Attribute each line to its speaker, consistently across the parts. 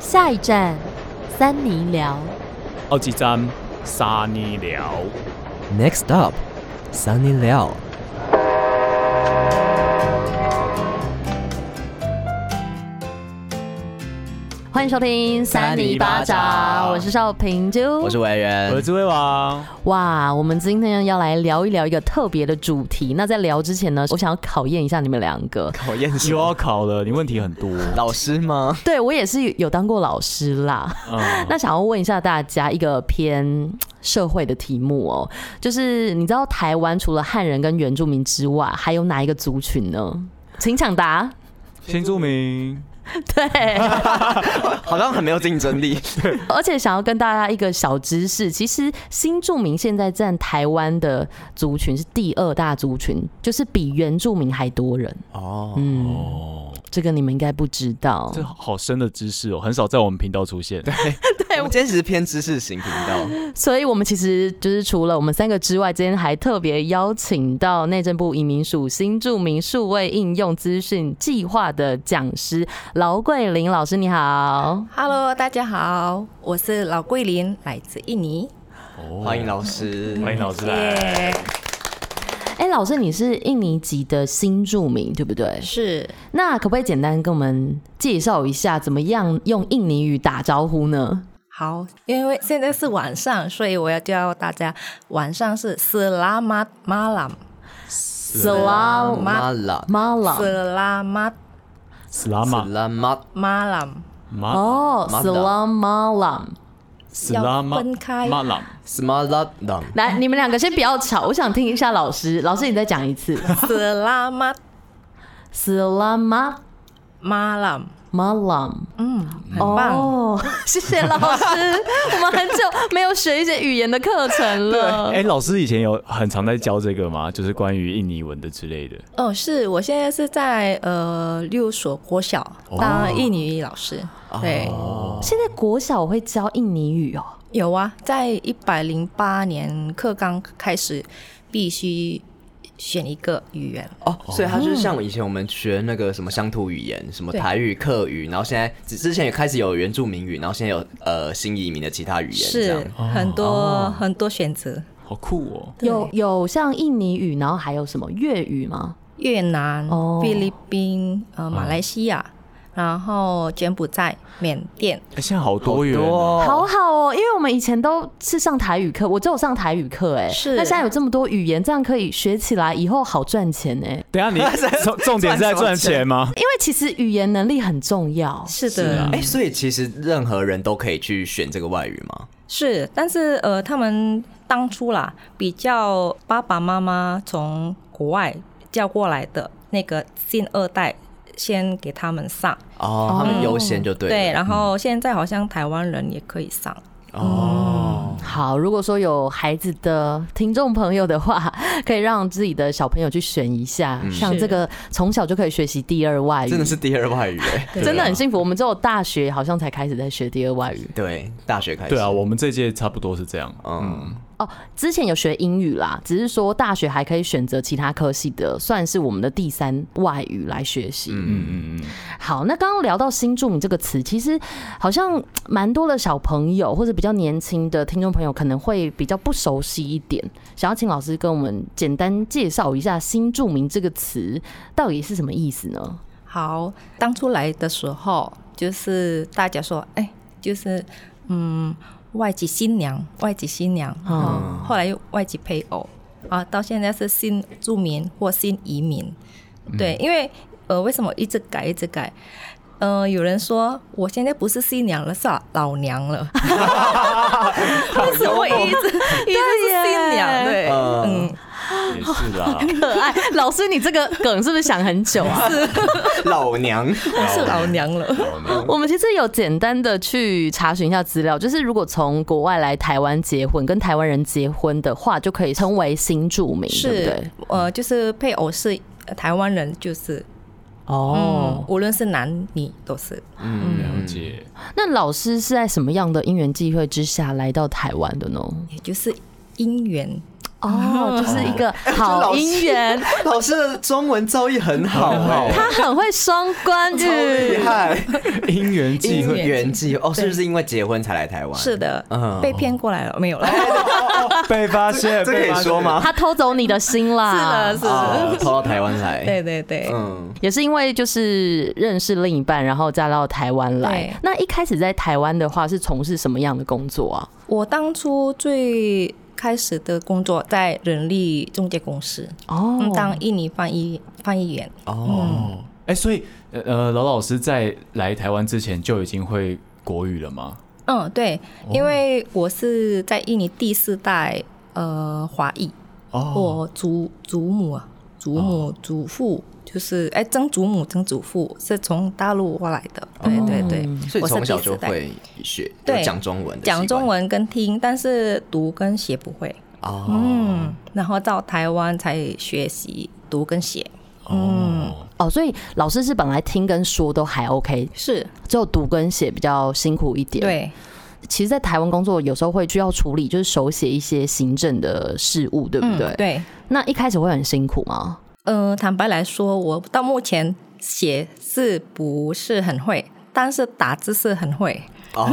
Speaker 1: 下一站，三尼寮。
Speaker 2: 好几站沙尼寮。
Speaker 3: Next up, Sunny Liao。
Speaker 1: 欢迎收听《三尼巴掌》
Speaker 2: 三尼巴掌
Speaker 1: 我是少平啾，
Speaker 3: 我是
Speaker 2: 我
Speaker 3: 维
Speaker 2: 是
Speaker 3: 人，
Speaker 2: 智慧呃王，
Speaker 1: 哇，我们今天要来聊一聊一个特别的主题。那在聊之前呢，我想要考验一下你们两个。
Speaker 3: 考验
Speaker 2: 又要考了，你问题很多。
Speaker 3: 老师吗？
Speaker 1: 对我也是有当过老师啦，
Speaker 2: 嗯，
Speaker 1: 那想要问一下大家一个偏社会的题目哦，就是你知道台湾除了汉人跟原住民之外，还有哪一个族群呢？请抢答。
Speaker 2: 新著名
Speaker 1: 对，
Speaker 3: 好像很没有竞争力。
Speaker 1: 而且想要跟大家一个小知识，其实新住民现在占台湾的族群是第二大族群，就是比原住民还多人。
Speaker 3: 哦，
Speaker 1: 嗯，
Speaker 2: 哦，
Speaker 1: 这个你们应该不知道
Speaker 2: 这。好深的知识哦，很少在我们频道出现。
Speaker 3: 我们今天其实偏知识型频道，
Speaker 1: 所以，我们其实就是除了我们三个之外，今天还特别邀请到内政部移民署新住民数位应用资讯计划的讲师劳桂林老师，你好。
Speaker 4: Hello，大家好，我是老桂林，来自印尼。
Speaker 2: 哦
Speaker 3: 欢迎老 师，
Speaker 2: 欢迎老师来。
Speaker 4: 耶，
Speaker 1: 哎、老师，你是印尼籍的新住民，对不对？
Speaker 4: 是
Speaker 1: 那可不可以简单跟我们介绍一下，怎么样用印尼语打招呼呢？
Speaker 4: 好，因为现在是晚上，所以我要叫大家晚上是 Selamat malam，Selamat
Speaker 1: Salam
Speaker 3: Selamat
Speaker 1: malam，
Speaker 2: 斯拉玛
Speaker 3: Selamat
Speaker 4: malam，
Speaker 2: 马
Speaker 1: 哦
Speaker 3: Malam
Speaker 1: ，Salam malam。
Speaker 2: 斯拉玛
Speaker 4: 要分开
Speaker 2: 马朗
Speaker 3: Selamat
Speaker 1: 来，你们两个先不要吵，我想听一下老师。老师，你再讲一次
Speaker 4: Selamat
Speaker 1: ，Salam
Speaker 4: malam，
Speaker 1: malam。
Speaker 4: 嗯，很棒。
Speaker 1: 哦，谢谢老师，我们很久没有学一些语言的课程了。
Speaker 2: 哎，老师以前有很常在教这个吗？就是关于印尼文的之类的。
Speaker 4: 哦，是我现在是在呃六所国小
Speaker 1: 哦
Speaker 4: 当印尼语老师，对，
Speaker 3: 哦
Speaker 1: 现在国小会教印尼语哦，
Speaker 4: 有啊，在一百零八年课纲开始，必须选一个语言。
Speaker 3: 哦，所以它就是像以前我们学那个什么乡土语言，什么
Speaker 4: 对
Speaker 3: 台语、客语，然后现在之之前也开始有原住民语，然后现在有呃新移民的其他语言，这样哦
Speaker 4: 是很多、很多选择，
Speaker 2: 好酷哦！
Speaker 4: 对
Speaker 1: 有有像印尼语，然后还有什么粤语吗？
Speaker 4: 越南、
Speaker 1: 哦
Speaker 4: 菲律宾、
Speaker 3: 哦
Speaker 4: 呃马来西亚，然后柬埔寨、缅甸。
Speaker 2: 哎，现在好多元哦。
Speaker 1: 好好哦，因为我们以前都是上台语课，我只有上台语课，哎，
Speaker 4: 是
Speaker 1: 那现在有这么多语言，这样可以学起来，以后好赚钱哎。
Speaker 2: 等一下 你重重点是在赚钱 吗？
Speaker 1: 因为其实语言能力很重要，
Speaker 4: 是的，
Speaker 3: 哎、所以其实任何人都可以去选这个外语吗？
Speaker 4: 是，但是呃，他们当初啦，比较爸爸妈妈从国外叫过来的那个新二代，先给他们上。
Speaker 3: 哦，他们优先就对了。
Speaker 4: 对，然后现在好像台湾人也可以上。
Speaker 3: 哦，
Speaker 1: 好，如果说有孩子的听众朋友的话，可以让自己的小朋友去选一下，像
Speaker 4: 是
Speaker 1: 这个从小就可以学习第二外语，
Speaker 3: 嗯真的是第二外 语哎，
Speaker 4: 对
Speaker 1: 真的很幸福。我们只有大学好像才开始在学第二外语
Speaker 3: 对，大学开始。
Speaker 2: 对啊，我们这届差不多是这样。
Speaker 3: 嗯，
Speaker 1: 哦，之前有学英语啦，只是说大学还可以选择其他科系的，算是我们的第三外语来学习。
Speaker 2: 嗯嗯嗯，
Speaker 1: 好，那刚刚聊到新住民这个词，其实好像蛮多的小朋友或者比较年轻的听众朋友可能会比较不熟悉一点，想要请老师跟我们简单介绍一下新住民这个词到底是什么意思呢？
Speaker 4: 好，当初来的时候，就是大家说，哎，就是嗯，外籍新娘，外籍新娘，嗯，后来又外籍配偶，啊，到现在是新住民或新移民，对，因为呃，为什么一直改一直改？呃，有人说我现在不是新娘了，是老老娘 了，为什么一直一直是新娘？
Speaker 1: 对
Speaker 4: 对，
Speaker 3: 呃
Speaker 4: 嗯，
Speaker 2: 也是啦。
Speaker 1: 可爱，老师，你这个梗是不是想很久啊？
Speaker 3: 老娘
Speaker 4: 我是老娘了。
Speaker 1: 我们其实有简单的去查询一下资料，就是如果从国外来台湾结婚，跟台湾人结婚的话，就可以称为新住民，对不对
Speaker 4: 是？，呃，就是配偶是呃台湾人，就是，
Speaker 1: 哦
Speaker 4: 嗯，无论是男女都是。
Speaker 2: 嗯，了解。
Speaker 1: 那老师是在什么样的因缘际会之下来到台湾的呢？
Speaker 4: 也就是姻缘
Speaker 1: 哦，就是一 个
Speaker 4: 哎
Speaker 1: 好姻缘，
Speaker 3: 老师的中文造诣很好，哎，
Speaker 1: 他很会双 关
Speaker 3: 厉
Speaker 1: 语。
Speaker 3: 害。
Speaker 2: 因缘际
Speaker 3: 因
Speaker 2: 会，
Speaker 3: 缘际哦，是不是因为结婚才来台湾？
Speaker 4: 是的
Speaker 3: 嗯，
Speaker 4: 被骗过来了没有了？
Speaker 2: 被发现，
Speaker 3: 这可
Speaker 2: 被
Speaker 3: 以
Speaker 2: 发现
Speaker 3: 说？吗？
Speaker 1: 他偷走你的心啦，
Speaker 4: 是的，是的，
Speaker 3: 哦，跑到台湾来，
Speaker 4: 对对对。
Speaker 3: 嗯，
Speaker 1: 也是因为就是认识另一半，然后嫁到台湾来
Speaker 4: 对。
Speaker 1: 那一开始在台湾的话，是从事什么样的工作啊？
Speaker 4: 我当初最开始的工作在人力中介公司，
Speaker 1: 哦
Speaker 4: 嗯，当印尼翻译翻译员。
Speaker 3: 哦，
Speaker 2: 哎，所以呃呃，老老师在来台湾之前就已经会国语了吗？
Speaker 4: 嗯，对，因为我是在印尼第四代呃华裔，
Speaker 2: 哦，
Speaker 4: 我祖祖母啊，祖母、祖父就是哎曾祖母、曾祖父是从大陆过来的，对对对，
Speaker 3: 所以
Speaker 4: 嗯我是
Speaker 3: 从小
Speaker 4: 第四
Speaker 3: 就
Speaker 4: 代
Speaker 3: 会学
Speaker 4: 对
Speaker 3: 有讲中文的习惯，
Speaker 4: 讲中文跟听，但是读跟写不会。
Speaker 3: 哦，
Speaker 4: 嗯，然后到台湾才学习读跟写。嗯，
Speaker 1: 哦，所以老师是本来听跟说都还 OK，
Speaker 4: 是
Speaker 1: 只有读跟写比较辛苦一点。，
Speaker 4: 对。
Speaker 1: 其实，在台湾工作有时候会需要处理，就是手写一些行政的事务，对不对？
Speaker 4: 嗯、。对，
Speaker 1: 那一开始会很辛苦吗？
Speaker 4: 呃，坦白来说，我到目前写字不是很会，但是打字是很会。
Speaker 3: 哦，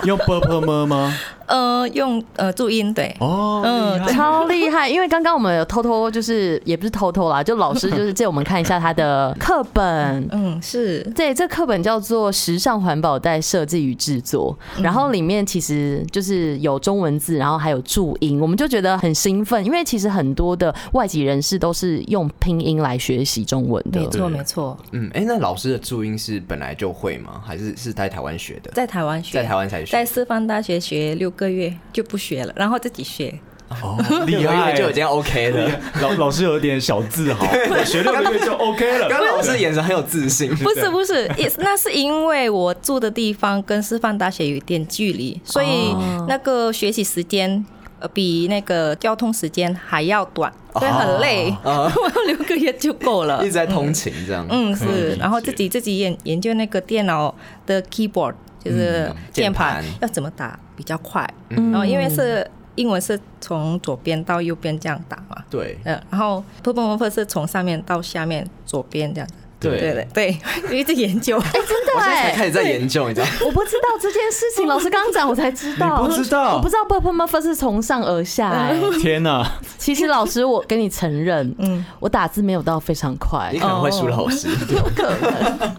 Speaker 2: 嗯用 b p m 吗？
Speaker 4: 呃，用呃注音对，
Speaker 2: 哦，
Speaker 4: 嗯
Speaker 2: 厉害
Speaker 1: 超厉害！因为刚刚我们有偷偷，就是也不是偷偷啦，就老师就是借我们看一下他的课本。
Speaker 4: 嗯是，
Speaker 1: 对，这课本叫做《时尚环保袋设计与制作》，然后里面其实就是有中文字，然后还有注音，我们就觉得很兴奋，因为其实很多的外籍人士都是用拼音来学习中文
Speaker 4: 没
Speaker 1: 的。
Speaker 4: 错没错，
Speaker 3: 嗯，哎，那老师的注音是本来就会吗？还是是在台湾学的？
Speaker 4: 在台湾学，啊
Speaker 3: 在台湾才学
Speaker 4: 在师范大学学六个月就不学了，然后自己学。
Speaker 2: 哦厉
Speaker 3: 我以
Speaker 2: 害，
Speaker 3: 为就已经 OK 了。
Speaker 2: 老老师有点小自豪，我学六个月就 OK 了。
Speaker 3: 刚刚老师眼神很有自信，
Speaker 4: 不是不是，也 那是因为我住的地方跟师范大学有一点距离，所以那个学习时间呃比那个交通时间还要短，所以很累，我 六个月就够了
Speaker 3: 一。直在通勤这样。
Speaker 4: 嗯，
Speaker 2: 可以理
Speaker 4: 是，
Speaker 2: 解
Speaker 4: 然后自己自己研研究那个电脑的 keyboard，就是
Speaker 3: 嗯键
Speaker 4: 键
Speaker 3: 盘
Speaker 4: 盘要怎么打比较快，
Speaker 1: 嗯
Speaker 4: 然后因为是英文是从左边到右边这样打嘛，
Speaker 3: 对
Speaker 4: 呃，然后 p u r p l e m 是从上面到下面左边这样子。
Speaker 3: 对
Speaker 4: 对对对， 一直研究。
Speaker 1: 真的
Speaker 3: 我现在才
Speaker 1: 哎、
Speaker 3: 开始在研究，你知道吗？
Speaker 1: 我不知道这件事情，老师刚刚讲我才知道，
Speaker 2: 你不知道
Speaker 1: 我不知道 purple muff 是从上而下、哎
Speaker 2: 天哪，
Speaker 1: 其实老师，我跟你承认，嗯，我打字没有到非常快
Speaker 3: 你，可能会输老师。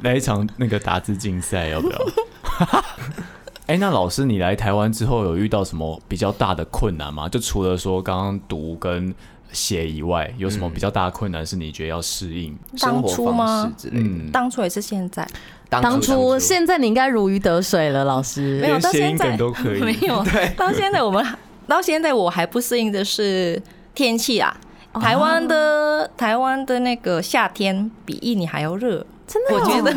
Speaker 2: 来一场那个打字竞赛，要不要？ 哎、那老师，你来台湾之后有遇到什么比较大的困难吗？就除了说刚刚读跟写以外，有什么比较大的困难是你觉得要适应？
Speaker 3: 生活方式之类的。
Speaker 2: 嗯，
Speaker 4: 当初也是现在，
Speaker 1: 当初现在你应该如鱼得水了，老
Speaker 4: 没
Speaker 1: 师。
Speaker 4: 有
Speaker 2: 连
Speaker 4: 到
Speaker 2: 谐音
Speaker 4: 现
Speaker 2: 梗
Speaker 4: 在
Speaker 2: 都可以
Speaker 4: 没 有到现在我们到现在我还不适应的是天气啊。
Speaker 2: 哦
Speaker 4: 台湾的、台湾的那个夏天比印尼还要热，
Speaker 1: 真的
Speaker 4: 我
Speaker 1: 哦
Speaker 4: 觉得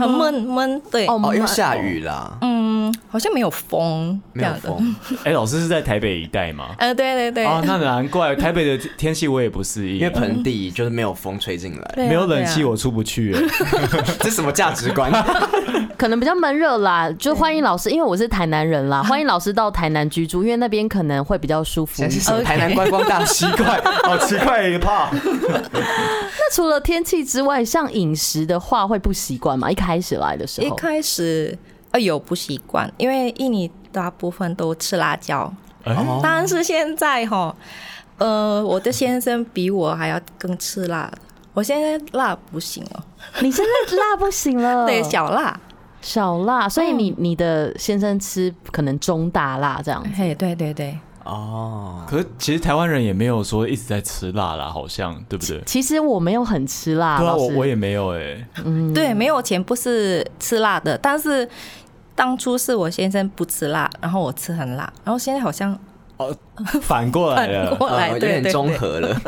Speaker 4: 很闷闷。对，
Speaker 1: 哦
Speaker 3: 哦，因为下雨啦，
Speaker 4: 嗯，好像没有风这
Speaker 3: 没有
Speaker 4: 样的。
Speaker 3: 风，
Speaker 2: 哎、老师是在台北一带吗？
Speaker 4: 呃，对对对，啊
Speaker 2: 啊，那难怪台北的天天气我也不适应，
Speaker 3: 因为盆地就是没有风吹进来，
Speaker 4: 对啊
Speaker 2: 没有冷
Speaker 4: 对
Speaker 2: 气
Speaker 4: 啊
Speaker 2: 我出不去、哎
Speaker 3: 这什么价值观？
Speaker 1: 可能比较闷热啦，就欢迎老师，因为我是台南人啦，欢迎老师到台南居住，因为那边可能会比较舒服
Speaker 3: 现在。是什呃么台南观光大 使
Speaker 2: 奇怪，好奇怪一怕。
Speaker 1: 那除了天气之外，像饮食的话，会不习惯吗？一开始来的时
Speaker 4: 一
Speaker 1: 候，
Speaker 4: 开始呃有不习惯，因为印尼大部分都吃辣椒，
Speaker 2: 哎、
Speaker 4: 但是现在哈，呃，我的先生比我还要更吃辣，我现在辣不行了，
Speaker 1: 你现在辣不行 了，
Speaker 4: 对，小辣，
Speaker 1: 小辣，所以你你的先生吃可能中大辣这样。
Speaker 4: 嘿，对对对，
Speaker 3: 哦，
Speaker 2: 可是其实台湾人也没有说一直在吃辣啦，好像对不对？
Speaker 1: 其实我没有很吃辣，
Speaker 2: 对啊，
Speaker 1: 老
Speaker 2: 我
Speaker 1: 师
Speaker 2: 我也没有哎、
Speaker 4: 嗯对，没有钱不是吃辣的，但是当初是我先生不吃辣，然后我吃很辣，然后现在好像
Speaker 2: 反过来
Speaker 4: 反
Speaker 2: 了。
Speaker 4: 过来，
Speaker 3: 呃有
Speaker 4: 对
Speaker 3: 点
Speaker 4: 对
Speaker 3: 综合了，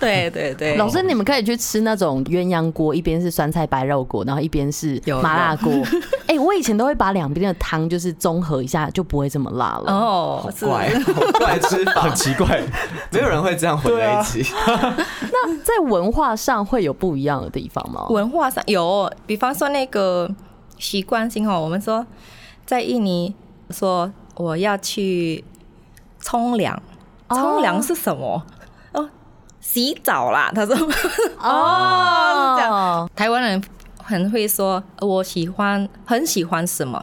Speaker 4: 对对对，
Speaker 1: 老师，你们可以去吃那种鸳鸯锅，一边是酸菜白肉锅，然后一边是
Speaker 4: 有
Speaker 1: 麻辣锅。 哎、我以前都会把两边的汤就是综合一下，就不会这么辣了。
Speaker 4: 哦，是
Speaker 3: 怪怪吃 法
Speaker 2: 很，奇怪，
Speaker 3: 没有人会这样混在一起。
Speaker 1: 那在文化上会有不一样的地方吗？
Speaker 4: 文化上有，比方说那个习惯性哦，我们说在印尼说我要去冲凉，冲凉是什么？哦，洗澡啦。他说，
Speaker 1: 哦，
Speaker 4: 这样 台湾人很会说，呃我喜欢很喜欢什么，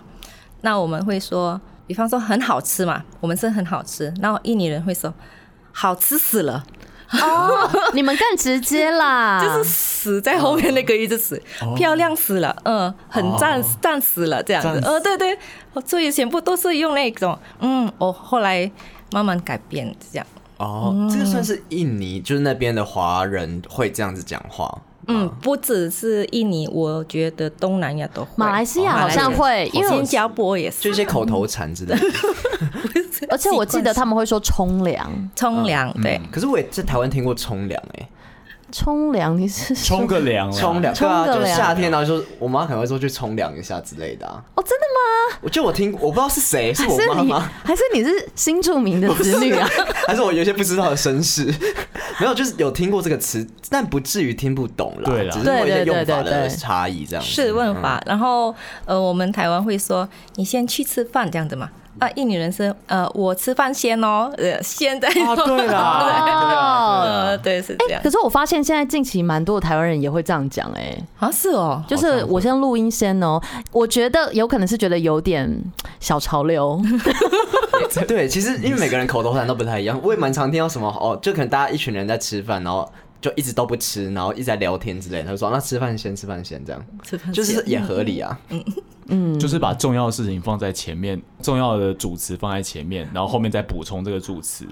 Speaker 4: 那我们会说，比方说很好吃嘛，我们是很好吃，然后印尼人会说好吃死了，
Speaker 1: 哦，你们更直接啦，
Speaker 2: 啊
Speaker 4: 就是死在后面那个一直死，漂亮死了，嗯，很赞
Speaker 2: 哦
Speaker 4: 赞死了这样子
Speaker 2: 赞，死
Speaker 4: 呃，对对，所以全部都是用那种，嗯，我后来慢慢改变这样，
Speaker 3: 哦，这个算是印尼，就是那边的华人会这样子讲话。
Speaker 2: 哦
Speaker 4: 嗯，不只是印尼，我觉得东南亚都会，哦
Speaker 1: 马来西亚好像会，因为我
Speaker 4: 新加坡也
Speaker 3: 就是一，些口头禅之类的，
Speaker 1: 嗯 而且我记得他们会说冲凉，
Speaker 4: 冲凉
Speaker 2: 嗯
Speaker 4: 对。
Speaker 3: 可是我也在台湾听过冲凉哎、
Speaker 1: 冲凉你是
Speaker 2: 冲个凉啦，
Speaker 3: 冲凉对啊，
Speaker 1: 冲个
Speaker 3: 就
Speaker 1: 凉
Speaker 3: 是夏天，然后就是我妈可能会说去冲凉一下之类的、啊。
Speaker 1: 哦，真的吗？
Speaker 3: 我就我听，我不知道是 谁，是
Speaker 1: 还
Speaker 3: 我妈
Speaker 1: 是你
Speaker 3: 妈，
Speaker 1: 还是你是新著名的子女啊？
Speaker 3: 还是我有一些不知道的身世？ 没有，就是有听过这个词，但不至于听不懂啦。
Speaker 2: 对啦
Speaker 3: 只是会有一些用
Speaker 1: 对
Speaker 3: 法
Speaker 1: 对
Speaker 3: 的
Speaker 1: 对对
Speaker 3: 差异这样子。
Speaker 4: 是问
Speaker 2: 嗯
Speaker 4: 法，然后呃，我们台湾会说你先去吃饭这样子嘛，啊，印尼人是呃，我吃饭先哦，呃，现在
Speaker 2: 啊，对啦， 对啊对
Speaker 4: 呃，
Speaker 2: 啊，
Speaker 4: 对，是这样
Speaker 1: 哎可。是我发现现在近期蛮多的台湾人也会这样讲，哎，
Speaker 4: 啊，是哦，
Speaker 1: 就是我先录音先哦，我觉得有可能是觉得有点小潮流，
Speaker 3: 对，其实因为每个人口头禅都不太一样，我也蛮常听到什么哦，就可能大家一群人在吃饭，然后就一直都不吃，然后一直在聊天之类的，他就说那吃饭先，吃饭先这样，
Speaker 4: 吃饭
Speaker 3: 就是也合理 啊。
Speaker 2: 嗯就是把重要的事情放在前面，重要的主词放在前面，然后后面再补充这个主词。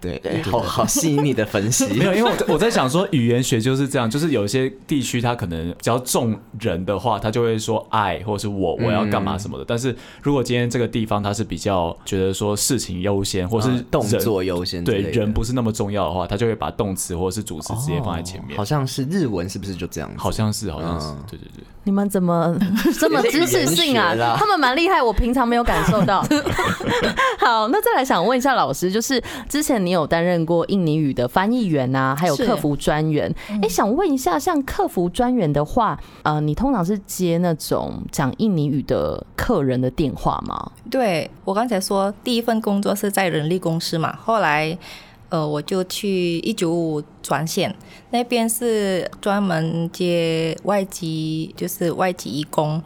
Speaker 3: 对，好好细腻的分析。
Speaker 2: 没有，因为我在我在想说，语言学就是这样，就是有些地区它可能只要重人的话，他就会说爱或者是我我要干嘛什么的。但是如果今天这个地方它是比较觉得说事情优先，或是
Speaker 3: 嗯
Speaker 2: 人
Speaker 3: 动作优先之
Speaker 2: 对
Speaker 3: 类的，
Speaker 2: 人不是那么重要的话，他就会把动词或者是主词直接放在前面。
Speaker 3: 哦好像是日文是不是就这样子？
Speaker 2: 哦好像是，好像是，
Speaker 3: 嗯
Speaker 2: 对对对。
Speaker 1: 你们怎么这么知识性啊
Speaker 3: 有点语言学啦？
Speaker 1: 他们蛮厉害，我平常没有感受到。 好，那再来想问一下老师，就是之前你有担任过印尼语的翻译员啊，还有
Speaker 4: 是
Speaker 1: 客服专员。哎、想问一下，像客服专员的话，呃，你通常是接那种讲印尼语的客人的电话吗？
Speaker 4: 对我刚才说，第一份工作是在人力公司嘛，后来呃我就去一九五专线那边是专门接外籍，就是外籍义工。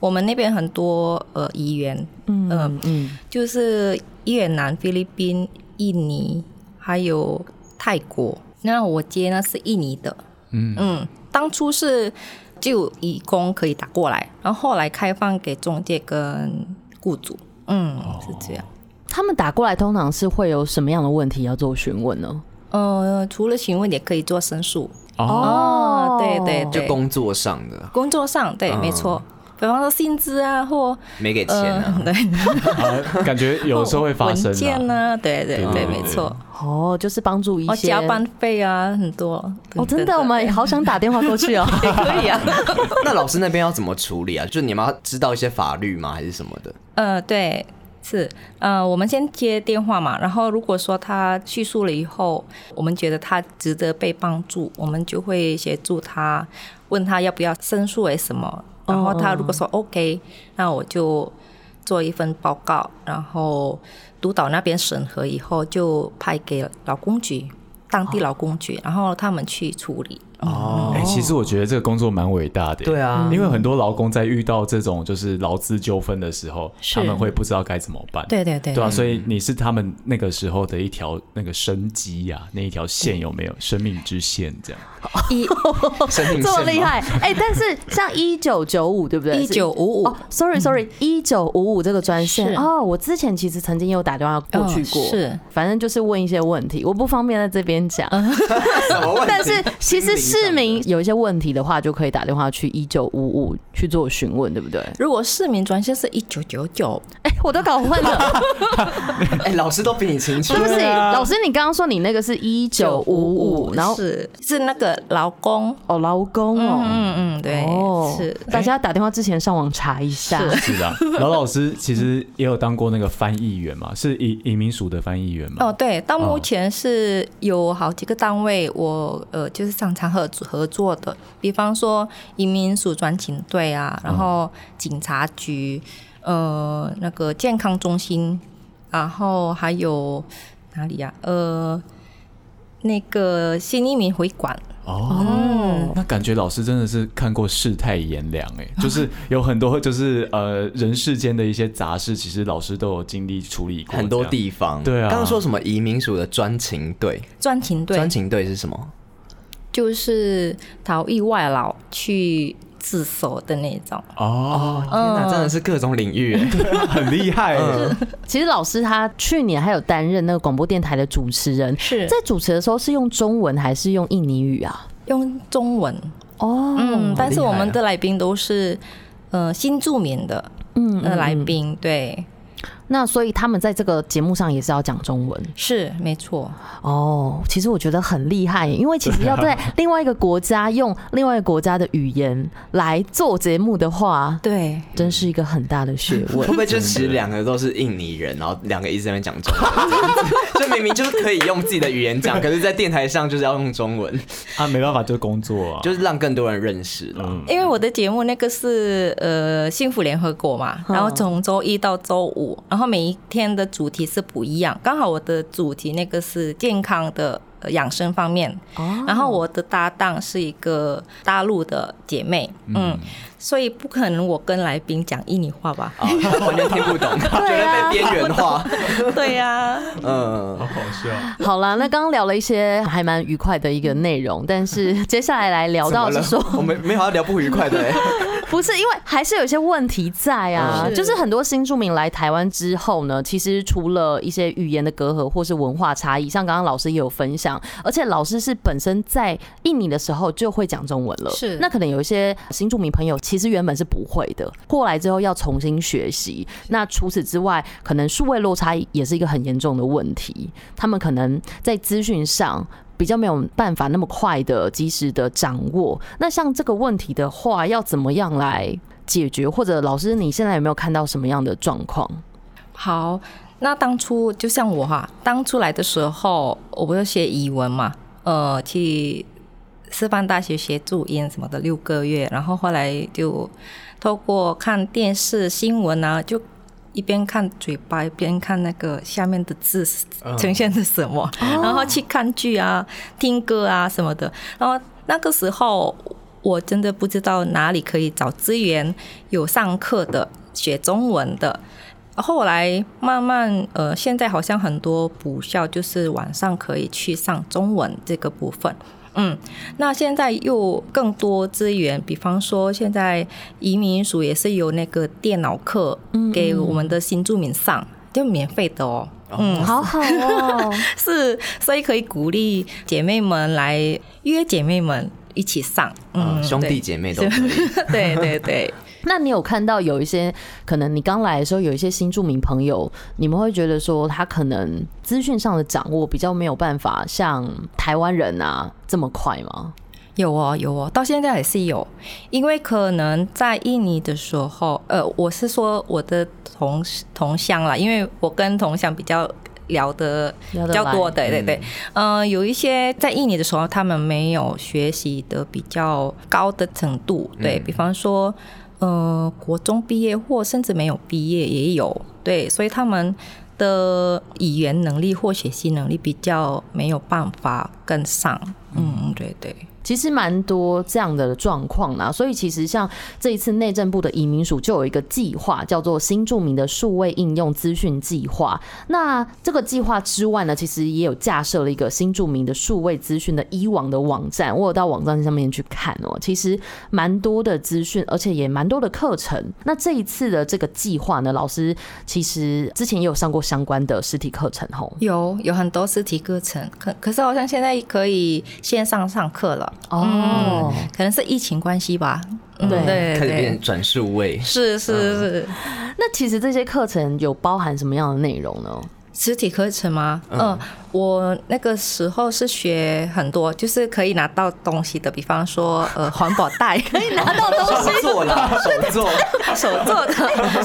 Speaker 4: 我们那边很多呃议员，
Speaker 1: 嗯
Speaker 4: 嗯
Speaker 1: 嗯，
Speaker 4: 就是越南、菲律宾、印尼，还有泰国。那我接呢是印尼的，
Speaker 2: 嗯
Speaker 4: 嗯，当初是只有义工可以打过来，然后后来开放给中介跟雇主，嗯，
Speaker 2: 哦
Speaker 4: 是这样。
Speaker 1: 他们打过来通常是会有什么样的问题要做询问呢？
Speaker 4: 呃，除了询问，也可以做申诉。
Speaker 2: 哦，
Speaker 4: 哦对对
Speaker 3: 就工作上的
Speaker 4: 工作上对，
Speaker 3: 嗯
Speaker 4: 没错，比方说薪资啊，或
Speaker 3: 没给钱
Speaker 4: 呃，
Speaker 3: 啊，
Speaker 1: 嗯
Speaker 4: 对，
Speaker 2: 啊感觉 有时候会发生
Speaker 4: 哦文件
Speaker 2: 啊。
Speaker 4: 呢，对对
Speaker 2: 对对
Speaker 4: 对，
Speaker 2: 对
Speaker 4: 没错。
Speaker 1: 哦，就是帮助一
Speaker 4: 哦，
Speaker 1: 些
Speaker 4: 加班费啊，很多。
Speaker 1: 哦，真的，我们好想打电话过 去哦。
Speaker 4: 也可以啊。
Speaker 3: 那老师那边要怎么处理啊？就你们要知道一些法律吗？还是什么的？
Speaker 4: 呃，对，是呃，我们先接电话嘛，然后如果说他叙述了以后，我们觉得他值得被帮助，我们就会协助他，问他要不要申诉为什么。然后他如果说 OK，那我就做一份报告，然后督导那边审核以后，就派给劳工局，当地劳工局，然后他们去处理。
Speaker 2: 哎、其实我觉得这个工作蛮伟大的。
Speaker 3: 哦对啊，
Speaker 2: 因为很多劳工在遇到这种就是劳资纠纷的时候，
Speaker 4: 是
Speaker 2: 他们会不知道该怎么办。
Speaker 4: 对对
Speaker 3: 嗯
Speaker 4: 对
Speaker 2: 对啊，所以你是他们那个时候的一条那个生机呀、那一条线有
Speaker 4: 嗯
Speaker 2: 没有生命之线这样？
Speaker 4: 一
Speaker 3: 生命
Speaker 1: 这么
Speaker 3: 线吗
Speaker 1: 厉害哎、但是像一九九五对不对？
Speaker 4: 一九五五
Speaker 1: 哦，sorry sorry，一九五五这个专线
Speaker 4: 是
Speaker 1: 哦，我之前其实曾经有打电话过去过，
Speaker 4: 嗯是，
Speaker 1: 反正哦就是嗯问一些问题，我不方便在这边讲。
Speaker 3: 什么问 题
Speaker 1: 但 是其实市民有一些问题的话，就可以打电话去一九五五去做询问，对不对？
Speaker 4: 如果市民专线是一九九九，
Speaker 1: 哎、我都搞混 了，啊
Speaker 3: 哎，老师都比你清楚
Speaker 1: 对。不起，
Speaker 2: 对啊
Speaker 1: 老师，你刚刚说你那个是一九五五，然后
Speaker 4: 是是那个劳工，
Speaker 1: 哦，劳工哦，
Speaker 4: 嗯嗯，对，
Speaker 1: 哦
Speaker 4: 是
Speaker 1: 大家打电话之前上网查一下。
Speaker 2: 是的、啊，老老师其实也有当过那个翻译员嘛，是移移民署的翻译员嘛。
Speaker 4: 哦，对，到目
Speaker 2: 哦
Speaker 4: 前是有好几个单位我呃就是常常合作合作的，比方说嗯移民署专勤队啊，然后警察啊局，呃，那个健康中心，然后还有哪里呀、呃，那个新移民会馆，
Speaker 2: 哦，那感觉老师真的是看过世态炎凉哎，就是有很多就是呃人世间的一些杂事，其实老师都有经历处理过。
Speaker 3: 很多，地方。
Speaker 2: 对啊
Speaker 3: 刚刚说什么移民署的专勤队，
Speaker 4: 专勤队
Speaker 3: 专勤队是什么？
Speaker 4: 就是逃逸外劳去自首的那种。
Speaker 2: 哦，
Speaker 3: 天哪，真的是各种领域欸。
Speaker 2: 很厉害欸，
Speaker 1: 其实老师他去年还有担任那个广播电台的主持人，
Speaker 4: 是
Speaker 1: 在主持的时候是用中文还是用印尼语啊？
Speaker 4: 用中文，
Speaker 1: 哦，
Speaker 4: 嗯，但
Speaker 3: 厉
Speaker 4: 是
Speaker 3: 害
Speaker 4: 我
Speaker 3: 啊
Speaker 4: 们的来宾都是呃新住民的，嗯，的来宾，对，
Speaker 1: 那所以他们在这个节目上也是要讲中文
Speaker 4: 是没错，
Speaker 1: 哦。其实我觉得很厉害耶，因为其实要 在另外一个国家用另外一个国家的语言来做节目的话，
Speaker 4: 对，
Speaker 1: 真是一个很大的 学
Speaker 3: 会
Speaker 1: 问。
Speaker 3: 不会就其实两个都是印尼人，然后两个一直在那边讲中文，就明明就是可以用自己的语言讲，可是，在电台上就是要用中 文，
Speaker 2: 啊，没办法，就工作啊，
Speaker 3: 就是让更多人认识
Speaker 2: 哦
Speaker 3: 了。
Speaker 4: 因为我的节目那个是呃幸福联合国嘛，然后从周一到周五，然后每一天的主题是不一样。刚好我的主题那个是健康的呃养生方面，
Speaker 1: 哦
Speaker 4: 然后我的搭档是一个大陆的姐妹，嗯，所以不可能我跟来宾讲印尼话吧？
Speaker 3: 啊，完全听不懂， 觉得被边缘化。
Speaker 4: 对呀、
Speaker 3: 嗯，
Speaker 2: 好笑。
Speaker 1: 好啦，那刚刚聊了一些还蛮愉快的一个内 容，但是接下来来聊到是
Speaker 3: 怎
Speaker 1: 说
Speaker 3: 么了我们没有要聊不愉快的欸，
Speaker 1: 不是，因为还是有一些问题在啊，
Speaker 3: 嗯
Speaker 4: 是
Speaker 1: 就是很多新住民来台湾之后呢，其实除了一些语言的隔阂或是文化差异，像刚刚老师也有分享，而且老师是本身在印尼的时候就会讲中文了，
Speaker 4: 是
Speaker 1: 那可能有一些新住民朋友其实原本是不会的，过来之后要重新学习。那除此之外，可能数位落差也是一个很严重的问题，他们可能在资讯上比较没有办法那么快的、及时的掌握。那像这个问题的话，要怎么样来解决？或者老师，你现在有没有看到什么样的状况？
Speaker 4: 好，那当初就像我哈，当初来的时候，我不是学语文嘛，呃，去师范大学学注音什么的六个月，然后后来就透过看电视新闻啊，就一边看嘴巴一边看那个下面的字是呈现是什么，然后去看剧啊、听歌啊什么的，然后那个时候。我真的不知道哪里可以找资源，有上课的，学中文的，后来慢慢呃，现在好像很多补校就是晚上可以去上中文这个部分。嗯，那现在又更多资源，比方说现在移民署也是有那个电脑课给我们的新住民上，就免费的哦。 嗯，
Speaker 1: 好 好哦，
Speaker 4: 是，所以可以鼓励姐妹们来约姐妹们一起上，嗯，
Speaker 3: 嗯兄弟姐妹都可以。
Speaker 4: 对，对对对，
Speaker 1: 那你有看到有一些可能你刚来的时候有一些新住民朋友，你们会觉得说他可能资讯上的掌握比较没有办法像台湾人啊这么快吗？
Speaker 4: 有哦，有哦，到现在还是有，因为可能在印尼的时候，呃，我是说我的同事同乡啦，因为我跟同乡比较聊得
Speaker 1: 聊得
Speaker 4: 比较多，
Speaker 1: 来
Speaker 4: 对对对，嗯、呃，有一些在印尼的时候，他们没有学习的比较高的程度，对、
Speaker 1: 嗯
Speaker 4: 比方说，呃，国中毕业或甚至没有毕业也有，对，所以他们。的语言能力或学习能力比较没有办法跟上，嗯，对对。
Speaker 1: 其实蛮多这样的状况啦，所以其实像这一次内政部的移民署就有一个计划，叫做新住民的数位应用资讯计划。那这个计划之外呢，其实也有架设了一个新住民的数位资讯的以往的网站，我有到网站上面去看哦、其实蛮多的资讯，而且也蛮多的课程。那这一次的这个计划呢，老师其实之前也有上过相关的实体课程吼。
Speaker 4: 有有很多实体课程，可可是好像现在可以线上上课了，
Speaker 1: 哦，
Speaker 4: 可能是疫情关系吧。嗯
Speaker 1: 对
Speaker 4: 对
Speaker 3: 开始变嗯
Speaker 4: 对，
Speaker 3: 转数位，
Speaker 4: 是是是，
Speaker 1: 那其实这些课程有包含什么样的内容呢？
Speaker 4: 实体课程吗？嗯、我那个时候是学很多，就是可以拿到东西的，比方说呃 环 保袋，可以拿到
Speaker 3: 手做啦，手做。
Speaker 4: 手做的，没
Speaker 1: 手
Speaker 4: 错，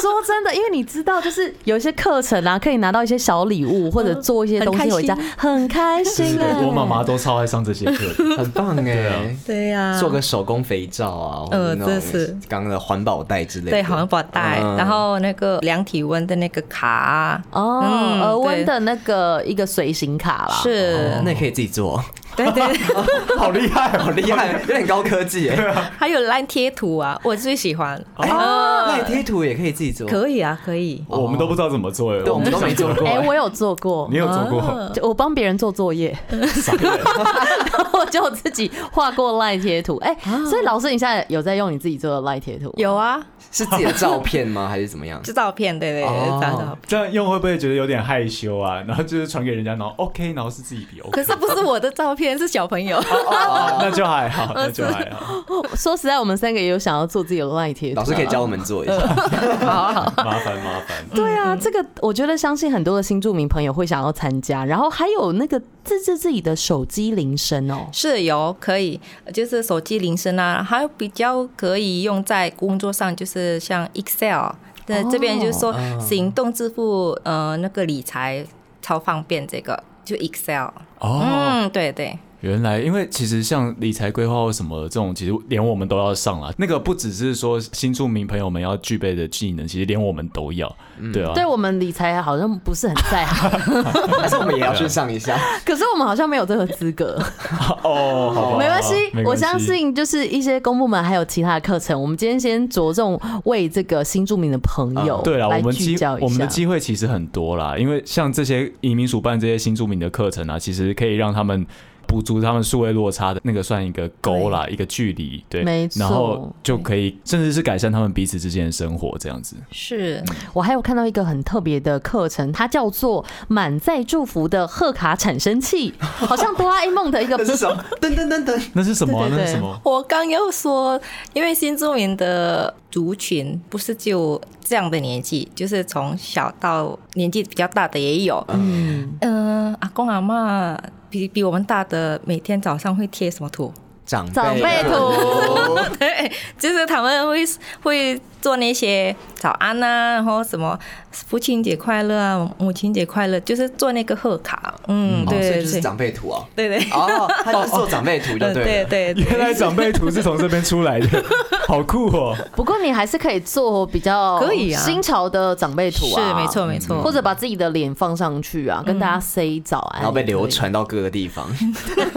Speaker 1: 说真的，因为你知道，就是有一些课程啊，可以拿到一些小礼物，或者做一些东西回家，很开
Speaker 2: 就是
Speaker 1: 心哎。
Speaker 2: 我妈妈都超爱上这些课，
Speaker 3: 很棒
Speaker 2: 啊
Speaker 3: 哎，
Speaker 4: 对呀
Speaker 3: 做个手工肥皂啊，或者
Speaker 4: 嗯呃
Speaker 3: 那
Speaker 4: 这
Speaker 3: 种
Speaker 4: 是
Speaker 3: 刚刚的环保袋之类的，
Speaker 4: 对环保袋，
Speaker 3: 嗯
Speaker 4: 然后那个量体温的那个卡，
Speaker 1: 哦，
Speaker 4: 嗯
Speaker 1: 额温
Speaker 4: 对
Speaker 1: 的那个一个随行卡啦，
Speaker 4: 是，
Speaker 3: 那也可以自己做，
Speaker 4: 对对，
Speaker 3: 好厉害，好厉害， 有点高科 技哎。
Speaker 4: 还有 LINE 贴图啊，我最喜欢，
Speaker 3: 哎，那贴图也可以自己做，
Speaker 4: 哦可以啊，可以，
Speaker 2: 我们都不知道怎么做哎，
Speaker 3: 对，我们都没做过
Speaker 1: 哎、
Speaker 3: 哎。
Speaker 1: 我有做过，
Speaker 2: 你有做过？
Speaker 1: 就我帮别人做作业， 我就我自己画过赖贴图。哎、所以老师，你现在有在用你自己做的赖贴图？
Speaker 4: 有啊，
Speaker 3: 是自己的照片吗？还是怎么样？
Speaker 4: 是照片，对对
Speaker 3: 哦
Speaker 4: 对，照照片。
Speaker 2: 这样用会不会觉得有点害羞啊？然后就是传给人家，然后 OK，然后是自己比 OK，
Speaker 4: 可是不是我的照片，是小 朋友。
Speaker 2: 那就还好，那就还好，
Speaker 1: 说实在，我们三个也有想要做自己的赖贴图
Speaker 3: 老。师可以教我们做一下。
Speaker 2: 麻烦麻烦。
Speaker 1: 对啊，这个我觉得相信很多的新住民朋友会想要参加，然后还有那个自制自己的手机铃声哦。
Speaker 4: 是有可以，就是手机铃声啊，还有比较可以用在工作上，就是像 Excel，对，这边就是
Speaker 2: 哦
Speaker 4: 说
Speaker 2: 啊
Speaker 4: 行动支付，呃，那个理财超方便，这个就 Excel，
Speaker 2: 哦，
Speaker 4: 嗯，对对，
Speaker 2: 原来因为其实像理财规划或什么的这种，其实连我们都要上啦。那个不只是说新住民朋友们要具备的技能，其实连我们都要，对啊。
Speaker 1: 对我们理财好像不是很在行，
Speaker 3: 但是我们也要去上一 下，
Speaker 1: 可是我们好像没有这个资格。
Speaker 2: 哦，好吧
Speaker 1: 没关系
Speaker 2: 没关，
Speaker 1: 我相信就是一些公部门还有其他的课程，我们今天先着重为这个新住民的朋友
Speaker 2: 啊对啦，我
Speaker 1: 哦来
Speaker 2: 们
Speaker 1: 聚
Speaker 2: 机
Speaker 1: 焦一下。
Speaker 2: 我们的机会其实很多啦，因为像这些移民署办这些新住民的课程啊，其实可以让他们补足他们数位落差的那个算一个沟啦，一个距离，对，
Speaker 1: 没错
Speaker 2: 然后就可以甚至是改善他们彼此之间的生活这样子。
Speaker 4: 是
Speaker 1: 我还有看到一个很特别的课程，它叫做“满载祝福的贺卡产生器”，好像哆啦 A 梦的一个
Speaker 3: 这是什么？噔噔噔噔，
Speaker 2: 那是什么啊、
Speaker 1: 对对对
Speaker 2: 那是什么？
Speaker 4: 我刚要说，因为新住民的族群不是就这样的年纪，就是从小到年纪比较大的也有。
Speaker 1: 嗯，
Speaker 4: 嗯、阿公阿嬷比比我们大的，每天早上会贴什么图？
Speaker 3: 长辈
Speaker 1: 长辈图
Speaker 4: 对，就是他们会会做那些早安呐、然后什么父亲节快乐啊，母亲节快乐，就是做那个贺卡。嗯，
Speaker 3: 哦所以
Speaker 4: 对
Speaker 3: 就是
Speaker 4: 对
Speaker 3: 长辈图哦。
Speaker 4: 对对，
Speaker 3: 哦，他就是做长辈图就
Speaker 4: 呃
Speaker 3: 对
Speaker 4: 对
Speaker 3: 了。
Speaker 4: 对对，
Speaker 2: 原来长辈图是从这边出来的，好酷哦！
Speaker 1: 不过你还是可以做比较
Speaker 4: 可以啊
Speaker 1: 新潮的长辈图啊，
Speaker 4: 是没错没错，
Speaker 1: 或者把自己的脸放上去啊，跟大家 say 早安，
Speaker 3: 然后被流。传到各个地 方，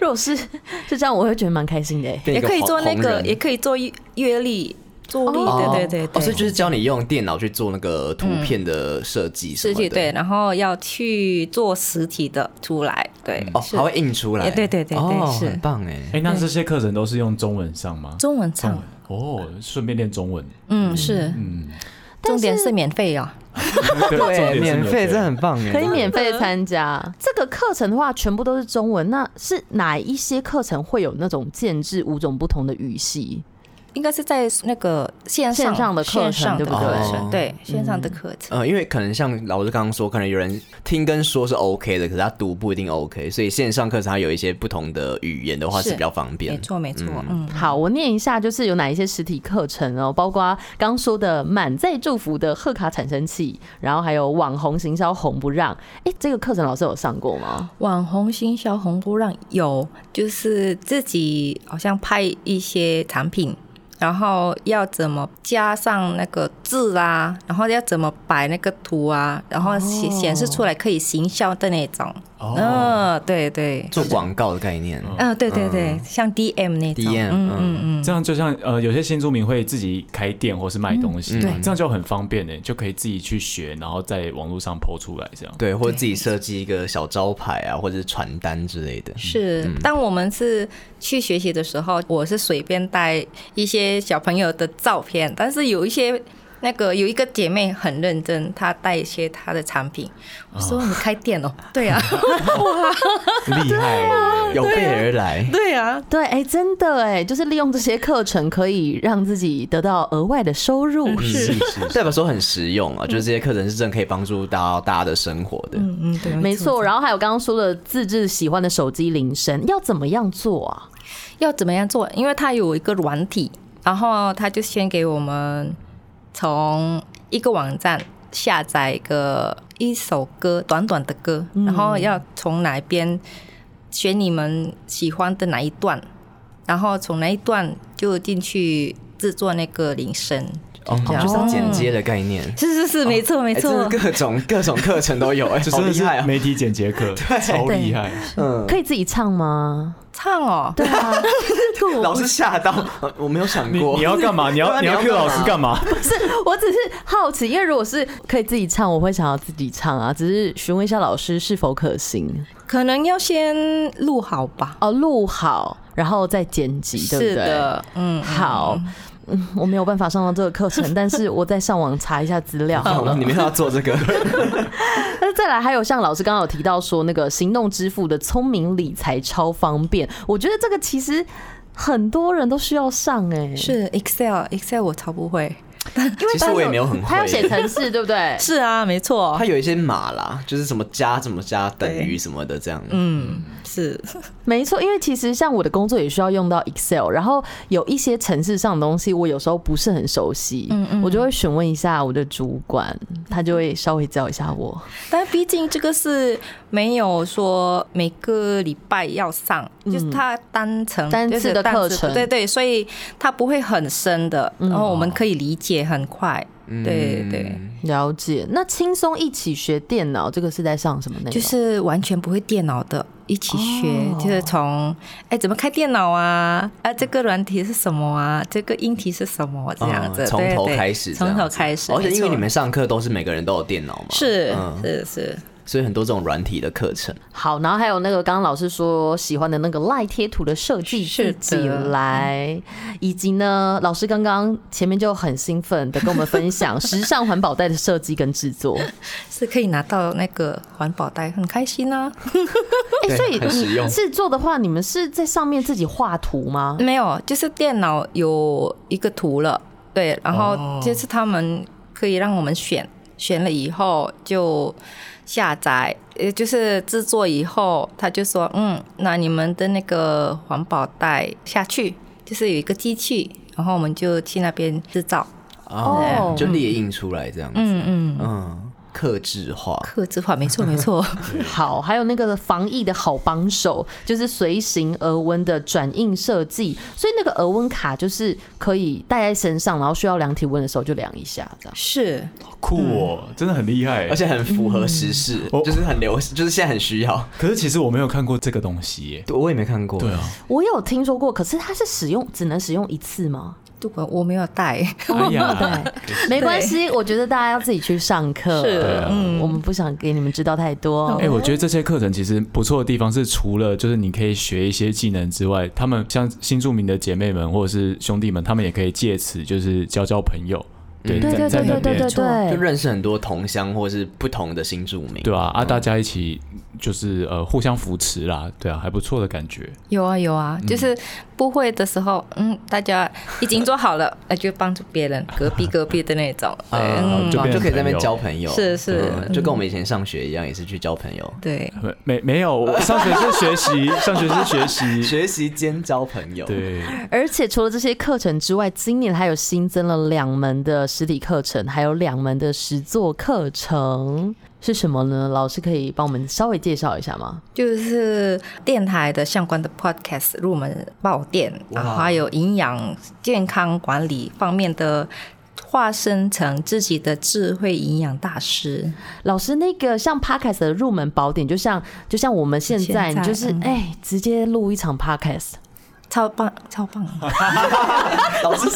Speaker 1: 如果是是这样，我会觉得蛮开心的欸。
Speaker 3: 变
Speaker 4: 也
Speaker 3: 一
Speaker 4: 可以
Speaker 3: 红
Speaker 4: 做那
Speaker 3: 红
Speaker 4: 个，
Speaker 3: 人
Speaker 4: 也可以做阅阅历，助力，
Speaker 3: 哦
Speaker 4: 对对对
Speaker 3: 哦，所
Speaker 4: 对
Speaker 3: 以，就是教你用电脑去做那个图片的设计什
Speaker 4: 实
Speaker 3: 么的，
Speaker 4: 体对，然后要去做实体的出来，对，
Speaker 1: 嗯
Speaker 3: 哦，
Speaker 4: 是
Speaker 3: 还会印出来，
Speaker 4: 哎对对对对
Speaker 3: 哦，
Speaker 4: 是
Speaker 3: 很棒哎，
Speaker 2: 哎，那这些课程都是用中文上吗？
Speaker 4: 中文
Speaker 2: 中
Speaker 4: 唱
Speaker 2: 文，哦，顺便练中文，
Speaker 4: 嗯是，
Speaker 2: 嗯，
Speaker 4: 重点是免费哦，
Speaker 2: 对重点是
Speaker 3: 这很棒 哎
Speaker 1: 可以免费参加这个课程的话，全部都是中文。那是哪一些课程会有那种建制五种不同的语系？
Speaker 4: 应该是在那个线
Speaker 1: 线上
Speaker 4: 上
Speaker 1: 的课程
Speaker 4: 线上的
Speaker 1: 对不对
Speaker 4: 课
Speaker 3: 哦
Speaker 4: 程，对线上的课程，
Speaker 3: 呃，因为可能像老师刚刚说，可能有人听跟说是 OK 的，可是他读不一定 OK，所以线上课程它有一些不同的语言的话是
Speaker 4: 是
Speaker 3: 比较方便
Speaker 4: 没
Speaker 3: 的。
Speaker 4: 错没错，嗯，
Speaker 1: 好，我念一下，就是有哪一些实体课程哦，包括刚说的满载祝福的贺卡产生器，然后还有网红行销红不让。哎，这个课程老师有上过吗？
Speaker 4: 网红行销红不让有，就是自己好像拍一些产品，然后要怎么加上那个字啊，然后要怎么摆那个图啊，然后显显示出来可以行销的那种。
Speaker 2: 哦
Speaker 4: 嗯，对对，
Speaker 3: 做广告的概念，
Speaker 4: 嗯、对对对，像 DM 那种。
Speaker 3: DM
Speaker 4: 嗯嗯嗯，
Speaker 2: 这样就像呃，有些新住民会自己开店或是卖东西，
Speaker 4: 对
Speaker 2: 这样就很方便呢，就可以自己去学，然后在网络上抛出来这样。
Speaker 3: 对，或者自己设计一个小招牌啊，或者是传单之类的。
Speaker 4: 是。当我们是去学习的时候，我是随便带一些小朋友的照片，但是有一些。那个有一个姐妹很认真，她带一些她的产品。我说你开店哦，对呀、
Speaker 2: 厉害，
Speaker 3: 有备而来，
Speaker 4: 啊对呀、
Speaker 1: 对，哎，真的哎，就是利用这些课程可以让自己得到额外的收
Speaker 3: 嗯
Speaker 1: 入。
Speaker 2: 嗯是是嗯
Speaker 3: 代表说很实用啊，就是这些课程是真的可以帮助到大家的生活的。
Speaker 4: 嗯嗯，对，
Speaker 1: 没错，。然后还有刚刚说的自制喜欢的手机铃声，要怎么样做啊？
Speaker 4: 要怎么样做？因为它有一个软体，然后他就先给我们从一个网站下载一个一首歌，短短的歌，然后要从哪边选你们喜欢的哪一段，然后从那一段就进去制作那个铃声。
Speaker 3: 哦，就是剪接的概念。
Speaker 4: 是是是，没错没
Speaker 3: 哎，
Speaker 4: 错。
Speaker 3: 这是各种各种课程都有，哎，
Speaker 2: 这
Speaker 3: 好
Speaker 2: 真的
Speaker 3: 厉
Speaker 2: 是
Speaker 3: 害啊！
Speaker 2: 媒体剪接课，超厉害。
Speaker 3: 嗯，
Speaker 1: 可以自己唱吗？
Speaker 4: 唱哦，
Speaker 1: 对啊，这个我
Speaker 3: 老
Speaker 1: 不
Speaker 3: 师吓到，呃我没有想
Speaker 2: 你
Speaker 3: 过
Speaker 2: 你要干嘛？你
Speaker 3: 对啊
Speaker 2: 要你要
Speaker 3: 你
Speaker 2: Q
Speaker 3: 要干
Speaker 2: 老
Speaker 3: 嘛
Speaker 2: 师干嘛？
Speaker 1: 是，我只是好奇，因为如果是可以自己唱，我会想要自己唱啊，只是询问一下老师是否可行。
Speaker 4: 可能要先录好吧。
Speaker 1: 哦，录好，然后再剪辑，对不对？
Speaker 4: 是的，嗯，
Speaker 1: 好，嗯，我没有办法上到这个课程，但是我再上网查一下资料好
Speaker 3: 哦
Speaker 1: 了。
Speaker 3: 你们要做这个，
Speaker 1: 但是再来，还有像老师刚刚有提到说，那个行动支付的聪明理财超方便，我觉得这个其实很多人都需要上哎、
Speaker 4: 是 Excel，Excel 我超不会。
Speaker 1: 因为
Speaker 3: 其实我也没有很
Speaker 1: 他要
Speaker 3: 会哦
Speaker 1: 写程式，对不对？
Speaker 4: 是啊，没错
Speaker 3: 它，有一些码啦，就是什么加什么加等于什么的这样。嗯，
Speaker 4: 嗯，是
Speaker 1: 没错，因为其实像我的工作也需要用到 Excel，然后有一些程式上的东西，我有时候不是很熟悉，
Speaker 4: 嗯嗯
Speaker 1: 我就会询问一下我的主管，他就会稍微教一下我。
Speaker 4: 但毕竟这个是没有说每个礼拜要上，
Speaker 3: 嗯
Speaker 4: 就是它单程
Speaker 1: 单次
Speaker 4: 就是
Speaker 1: 的
Speaker 4: 单
Speaker 1: 课
Speaker 4: 次
Speaker 1: 程
Speaker 4: 对对，所以它不会很深的，
Speaker 3: 嗯
Speaker 4: 然后我们可以理解很快，对对，
Speaker 1: 了解，那轻松一起学电脑这个是在上什么内容？
Speaker 4: 就是完全不会电脑的。一起学，
Speaker 1: 哦
Speaker 4: 就是从哎怎么开电脑啊，啊这个软体是什么啊，这个硬体是什么这样子，
Speaker 3: 哦从
Speaker 4: 对
Speaker 3: 头
Speaker 4: 对
Speaker 3: 开始这样
Speaker 4: 从
Speaker 3: 子哦
Speaker 4: 头开始，
Speaker 3: 而且
Speaker 4: 没
Speaker 3: 因为
Speaker 4: 错
Speaker 3: 你们上课都是每个人都有电脑嘛，
Speaker 4: 是
Speaker 3: 嗯
Speaker 4: 是是，
Speaker 3: 所以很多这种软体的课程。
Speaker 1: 好，然后还有那个刚刚老师说喜欢的那个赖贴图的设计自
Speaker 4: 是
Speaker 1: 己
Speaker 4: 的
Speaker 1: 来，以及呢，老师刚刚前面就很兴奋的跟我们分享 时尚环保袋的设计跟制作。
Speaker 4: 是可以拿到那个环保袋，很开心啊。
Speaker 1: 哎、
Speaker 3: 对
Speaker 1: 所以
Speaker 3: 很实用
Speaker 1: 你制作的话，你们是在上面自己画图吗？
Speaker 4: 没有，就是电脑有一个图了，对，然后就是他们可以让我们选，选了以后就下载，呃，就是制作以后，他就说，嗯，那你们的那个环保袋下去，就是有一个机器，然后我们就去那边制造，
Speaker 1: 哦
Speaker 3: 就列印出来这样子。
Speaker 4: 嗯嗯，
Speaker 3: 嗯，克制化。
Speaker 4: 刻字化，没错没错，
Speaker 1: 好，还有那个防疫的好帮手，就是随行额温的转印设计，所以那个额温卡就是可以带在身上，然后需要量体温的时候就量一下，这样。
Speaker 4: 是
Speaker 2: 酷哦，真的很厉害。
Speaker 3: 而且很符合时事，
Speaker 4: 嗯
Speaker 2: 哦
Speaker 3: 就是很流，就是现在很需要。
Speaker 2: 可是其实我没有看过这个东西耶。
Speaker 3: 对，我也没看过。
Speaker 2: 对啊，
Speaker 1: 我有听说过，可是它是使用只能使用一次吗？
Speaker 4: 如果我没有带，
Speaker 2: 哎呀，
Speaker 1: 对， 没关系，我觉得大家要自己去上课。
Speaker 4: 是
Speaker 2: 对啊
Speaker 1: 嗯，我们不想给你们知道太多。
Speaker 2: 哎、我觉得这些课程其实不错的地方是，除了就是你可以学一些技能之外，他们像新著名的姐妹们或者是兄弟们，他们也可以借此就是交交朋友，对，
Speaker 1: 对
Speaker 2: 在
Speaker 1: 对
Speaker 2: 在
Speaker 1: 对
Speaker 2: 那
Speaker 1: 对对
Speaker 2: 边
Speaker 1: 对，
Speaker 3: 就
Speaker 1: 对，
Speaker 3: 认识很多同乡或是不同的新住民。
Speaker 2: 对啊，啊，大家一起就是呃互相扶持啦，对啊，还不错的感觉。
Speaker 4: 有啊有啊，就是不会的时候，嗯，大家已经做好了，那就帮助别人，隔壁隔壁的那种，对，
Speaker 3: 啊
Speaker 4: 嗯
Speaker 2: 啊就变成
Speaker 3: 就可以在那
Speaker 2: 朋友
Speaker 3: 边交朋友。
Speaker 4: 是是
Speaker 3: 嗯就跟我们以前上学一样，也是去交朋友，
Speaker 4: 对，
Speaker 2: 没没没有，我上学是学习，上学是 学习，
Speaker 3: 学习兼交朋友。，
Speaker 2: 对，
Speaker 1: 而且除了这些课程之外，今年还有新增了两门的实体课程，还有两门的实作课程，是什么呢？老师可以帮我们稍微介绍一下吗？
Speaker 4: 就是电台的相关的 podcast 入门宝典，
Speaker 3: 哇
Speaker 4: 然后还有营养健康管理方面的。化身成自己的智慧营养大师，
Speaker 1: 老师，那个像 podcast 的入门宝典，就像就像我们现在，
Speaker 4: 现
Speaker 1: 你
Speaker 4: 在
Speaker 1: 就是
Speaker 4: 嗯
Speaker 1: 哎、直接录一场 podcast。
Speaker 4: 超棒 超棒！
Speaker 3: 老师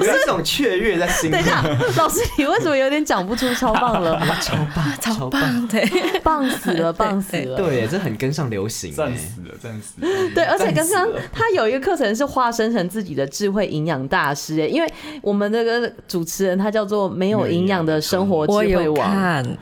Speaker 3: 有一种雀跃在心里
Speaker 1: 等一。下，老师，你为什么有点讲不出超棒了？超棒，
Speaker 4: 超棒！ 对，
Speaker 1: 棒死了，棒死了。
Speaker 3: 对，这很跟上流行。哎
Speaker 2: 了，暂时。
Speaker 1: 对，而且
Speaker 3: 战
Speaker 1: 刚
Speaker 3: 死
Speaker 1: 刚
Speaker 3: 了
Speaker 1: 他有一个课程是化身成自己的智慧营养大师，哎，因为我们那个主持人他叫做没有营养的生活智
Speaker 4: 嗯我
Speaker 1: 慧
Speaker 4: 有
Speaker 1: 王，
Speaker 4: 看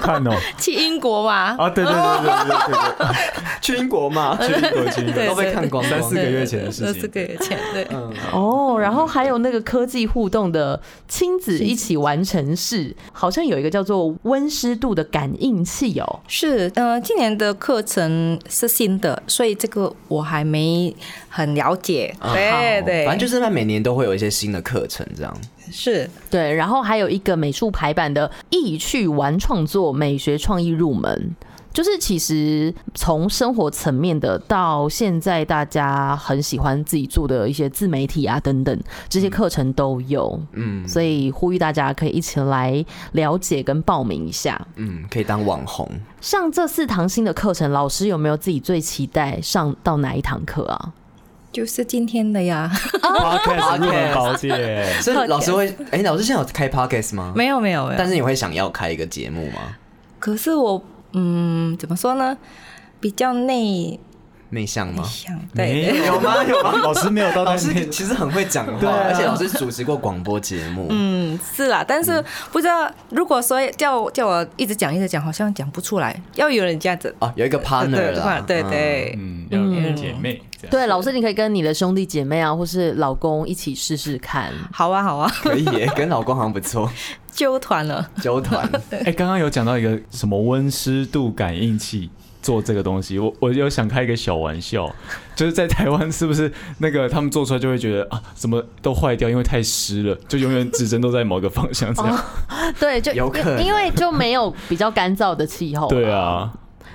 Speaker 2: 看哦，
Speaker 4: 去英国嘛，
Speaker 2: 啊，对对对对对对
Speaker 3: 去英国嘛，
Speaker 2: 对，去英国去英国
Speaker 4: 对
Speaker 3: 都被看光光嗯
Speaker 2: 三四
Speaker 3: 光
Speaker 2: 个月前的
Speaker 4: 对
Speaker 2: 事
Speaker 4: 对对四
Speaker 2: 情。
Speaker 4: 个月前，对，
Speaker 1: 哦，然后还有那个科技互动的亲子一起完成式，好像有一个叫做温湿度的感应器哦。
Speaker 4: 是，呃，今年的课程是新的，所以这个我还没很了解。对对，
Speaker 3: 啊反正就是他每年都会有一些新的课程这样。
Speaker 4: 是
Speaker 1: 对，然后还有一个美术排版的“意趣玩创作美学创意入门”，就是其实从生活层面的到现在大家很喜欢自己做的一些自媒体啊等等，这些课程都有。嗯，所以呼吁大家可以一起来了解跟报名一下。
Speaker 3: 嗯，可以当网 红。
Speaker 1: 上这四堂新的课程，老师有没有自己最期待上到哪一堂课啊？
Speaker 4: 就是今天的呀，
Speaker 2: Podcast 入门宝典，
Speaker 3: 所以老师会，哎、老师现在有开 podcast 吗？
Speaker 4: 没有没有没有。
Speaker 3: 但是你会想要开一个节目吗？
Speaker 4: 可是我，嗯，怎么说呢？比较内
Speaker 3: 内向吗？
Speaker 4: 向，对，
Speaker 2: 没有吗？有吗？老师没有到
Speaker 3: 老
Speaker 2: 那
Speaker 3: 师
Speaker 2: 边，
Speaker 3: 哦其实很会讲话，
Speaker 2: 对啊
Speaker 3: 而且老师主持过广播节目。
Speaker 4: 嗯，是啦。但是不知道，如果说叫我叫我一直讲一直讲，好像讲不出来，要有人这样子。
Speaker 3: 啊，有一个 partner 啦，
Speaker 4: 对对
Speaker 3: 嗯
Speaker 4: 对，
Speaker 2: 嗯，要有姐妹这样。
Speaker 1: 对，老师，你可以跟你的兄弟姐妹啊，或是老公一起试试看。
Speaker 4: 好啊好啊，
Speaker 3: 可以 耶，跟老公好像不错，
Speaker 4: 纠团了。
Speaker 3: 纠团。
Speaker 2: 哎，刚刚有讲到一个什么温湿度感应器。做这个东西，我我有想开一个小玩笑， 就是在台湾是不是那个他们做出来就会觉得啊，怎么都坏掉，因为太湿了，就永远指针都在某个方向这
Speaker 3: 哦
Speaker 2: 样。
Speaker 1: 对，就
Speaker 3: 有可能
Speaker 1: 因因为就没有比较干燥的气候。
Speaker 2: 对，啊，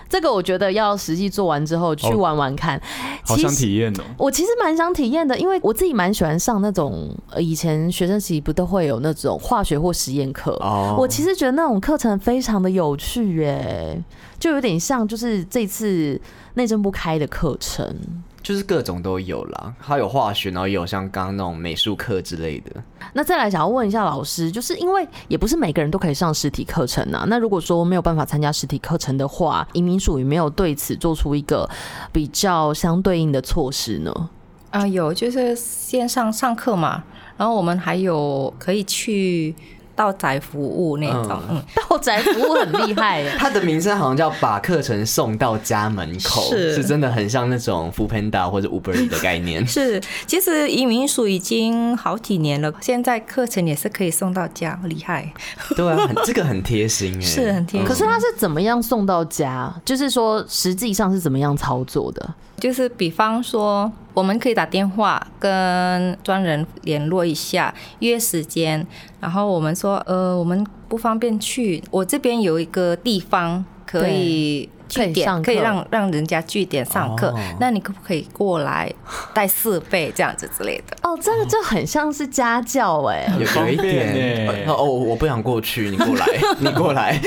Speaker 1: 这个我觉得要实际做完之后去
Speaker 2: 哦
Speaker 1: 玩玩看。
Speaker 2: 好
Speaker 1: 其
Speaker 2: 想
Speaker 1: 实
Speaker 2: 体验哦。
Speaker 1: 我其实蛮想体验的，因为我自己蛮喜欢上那种呃以前学生时期不都会有那种化学或实验课
Speaker 3: 哦
Speaker 1: 我其实觉得那种课程非常的有趣耶，就有点像就是这次内政部开的课程。
Speaker 3: 就是各种都有啦，它有化学，然后也有像刚刚那种美术课之类的。，
Speaker 1: 那再来想要问一下老师，就是因为也不是每个人都可以上实体课程啊。那如果说没有办法参加实体课程的话，移民署有没有对此做出一个比较相对应的措施 呢？
Speaker 4: 啊、有就是线上上课嘛，然后我们还有可以去到宅服务那种，嗯，
Speaker 1: 到宅服务很厉害耶
Speaker 3: 它的名称好像叫把课程送到家门口，
Speaker 4: 是。
Speaker 3: 真的很像那种 f o o Panda 或者 Uber Eats 的概念
Speaker 4: 是，其实移民署已经好几年了，现在课程也是可以送到家，厉害，
Speaker 3: 对啊，很这个很贴心哎、
Speaker 4: 是很贴 心
Speaker 1: 可是他是怎么样送到家？就是说实际上是怎么样操作的？
Speaker 4: 就是比方说，我们可以打电话跟专人联络一下，约时间，然后我们说，呃，我们不方便去，我这边有一个地方可以。
Speaker 1: 对
Speaker 4: 据
Speaker 1: 可以上
Speaker 4: 点
Speaker 1: 课
Speaker 4: 可以让让人家据点上课，
Speaker 3: 哦
Speaker 4: 那你可不可以过来带设备这样子之类的？
Speaker 1: 哦，这个就很像是家教哎、
Speaker 3: 有
Speaker 2: 方
Speaker 3: 有一
Speaker 2: 便
Speaker 3: 点
Speaker 2: 欸
Speaker 3: 哦，我不想过去，你过 来，你过来，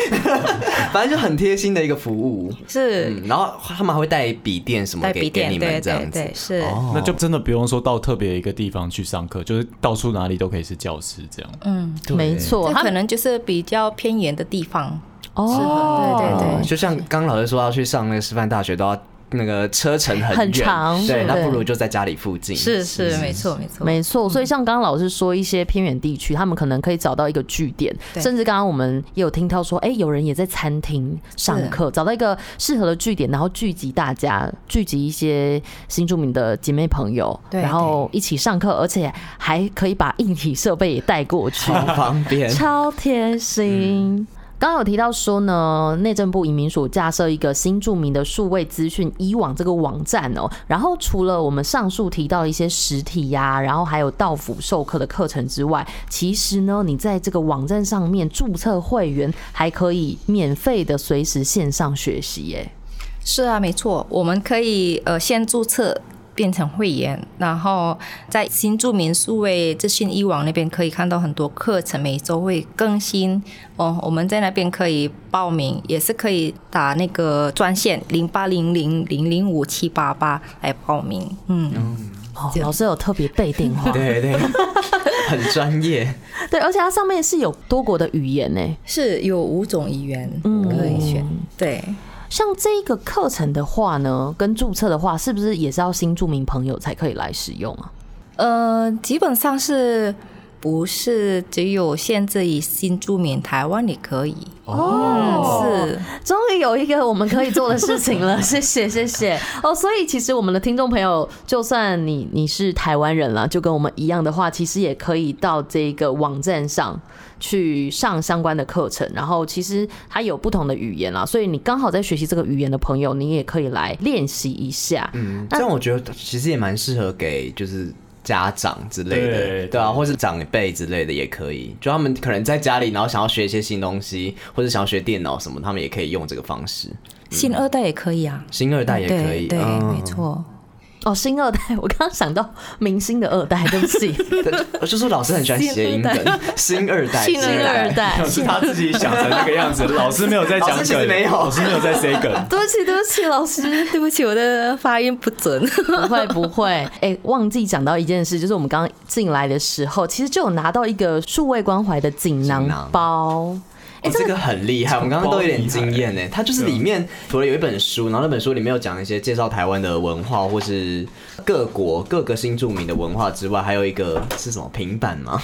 Speaker 3: 反正就很贴心的一个服务。
Speaker 4: 是
Speaker 3: 嗯，然后他们还会带笔电什么
Speaker 4: 带
Speaker 3: 给
Speaker 4: 笔
Speaker 3: 给
Speaker 4: 电，
Speaker 3: 你
Speaker 4: 对
Speaker 3: 们这
Speaker 4: 对
Speaker 3: 样子
Speaker 4: 对，。是。
Speaker 3: 哦
Speaker 2: 那就真的不用说到特别一个地方去上课，就是到处哪里都可以是教室这样。
Speaker 3: 嗯
Speaker 1: 没错，
Speaker 4: 这
Speaker 1: 他
Speaker 4: 可
Speaker 1: 们
Speaker 4: 能就是比较偏远的地方，
Speaker 1: 哦，
Speaker 4: 对对
Speaker 3: 哦就像刚老师说要去上那个师范大学，都要那个车程很
Speaker 1: 很
Speaker 3: 远
Speaker 1: 长
Speaker 3: 对，
Speaker 1: 是
Speaker 3: 那不如就在家里附近。
Speaker 4: 是是，没错没错，
Speaker 1: 没错，所以像刚刚老师说，一些偏远地区，他们可能可以找到一个据点，
Speaker 4: 对
Speaker 1: 甚至刚刚我们也有听到说，哎、有人也在餐厅上课，找到一个适合的据点，然后聚集大家，聚集一些新住民的姐妹朋友，
Speaker 4: 对
Speaker 1: 然后一起上课，而且还可以把硬体设备也带过去，
Speaker 3: 好方便。
Speaker 1: 超贴心。刚刚有提到说呢，内政部移民署架设一个新著名的数位资讯以往这个网站哦、然后除了我们上述提到一些实体呀、然后还有到府授课的课程之外，其实呢，你在这个网站上面注册会员，还可以免费的随时线上学习耶、
Speaker 4: 是啊，没错，我们可以呃先注册。变成会员，然后在新住民数位资讯一网那边可以看到很多课程，每周会更新哦。我们在那边可以报名，也是可以打那个专线零八零零零零五七八八来报名。嗯，
Speaker 1: 哦，老师有特别备哦电话，
Speaker 3: 对对，很专业。
Speaker 1: 对，而且它上面是有多国的语言呢、
Speaker 4: 是有五种语言可以选，对。
Speaker 1: 像这一个课程的话呢，跟注册的话，是不是也是要新住民朋友才可以来使用啊？
Speaker 4: 呃，基本上是不是只有限制于新住民，台湾也可以。
Speaker 1: 哦
Speaker 4: 是，
Speaker 1: 终于有一个我们可以做的事情了，谢谢谢谢哦。所以其实我们的听众朋友，就算你你是台湾人了，就跟我们一样的话，其实也可以到这个网站上去上相关的课程。然后其实它有不同的语言啦，所以你刚好在学习这个语言的朋友，你也可以来练习一下。
Speaker 3: 嗯，这样我觉得其实也蛮适合给就是家长之类的，
Speaker 2: 对
Speaker 3: 对啊，或是长辈之类的也可以。就他们可能在家里，然后想要学一些新东西，或者想要学电脑什么，他们也可以用这个方式。
Speaker 4: 新二代也可以啊。
Speaker 3: 嗯新二代也可以，
Speaker 4: 对，对
Speaker 3: 嗯
Speaker 4: 没 错。
Speaker 1: 哦，新二代，我刚刚想到明星的二代，对不起，
Speaker 3: 我就说老师很喜欢谐音梗，新二代，
Speaker 1: 新二， 代。
Speaker 2: 是他自己想成那个样子，老师没有在讲
Speaker 3: 老师其实
Speaker 2: 梗，
Speaker 3: 没有
Speaker 2: 老师没有在 say 梗。
Speaker 1: 对不起，对不起，老师，
Speaker 4: 对不起，我的发音不 准。
Speaker 1: 不会不会，哎、忘记讲到一件事，就是我们刚刚进来的时候，其实就有拿到一个数位关怀的锦囊
Speaker 3: 锦囊
Speaker 1: 包。
Speaker 3: 哎、这个很厉害，我们刚刚都有点惊艳呢。它就是里面啊除了有一本书，然后那本书里面有讲一些介绍台湾的文化，或是各国各个新著名的文化之外，还有一个是什么平板吗？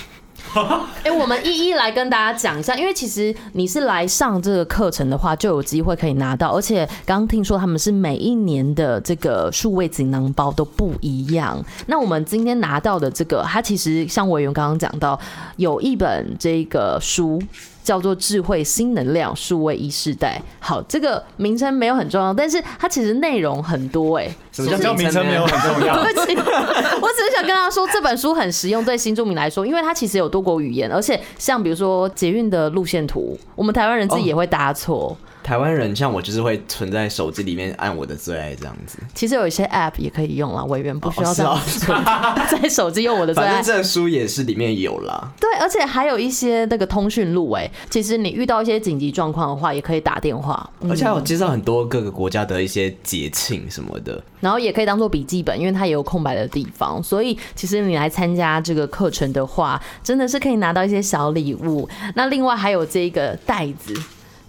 Speaker 1: 哎、我们一一来跟大家讲一下，因为其实你是来上这个课程的话，就有机会可以拿到，而且刚刚听说他们是每一年的这个数位锦囊包都不一样。那我们今天拿到的这个，它其实像委员刚刚讲到，有一本这个书。叫做智慧新能量数位一世代，好，这个名称没有很重要，但是它其实内容很多哎、
Speaker 3: 什么
Speaker 2: 叫
Speaker 3: 叫
Speaker 2: 名称没有很 重 要，
Speaker 1: 对不起，我只是想跟他说，这本书很实用，对新住民来说，因为它其实有多国语言，而且像比如说捷运的路线图，我们台湾人自己
Speaker 3: 哦
Speaker 1: 也会搭错。
Speaker 3: 台湾人像我就是会存在手机里面按我的最爱这样子，
Speaker 1: 其实有一些 App 也可以用啦，委员不需要
Speaker 3: 哦
Speaker 1: 这样子存 在手机用我的最
Speaker 3: 反
Speaker 1: 爱
Speaker 3: 正。这书也是里面有啦。
Speaker 1: 对，而且还有一些那个通讯录，哎，其实你遇到一些紧急状况的话，也可以打电话，嗯
Speaker 3: 而且还有介绍很多各个国家的一些节庆什么的，
Speaker 1: 然后也可以当做笔记本，因为它也有空白的地方，所以其实你来参加这个课程的话，真的是可以拿到一些小礼物。那另外还有这个袋子，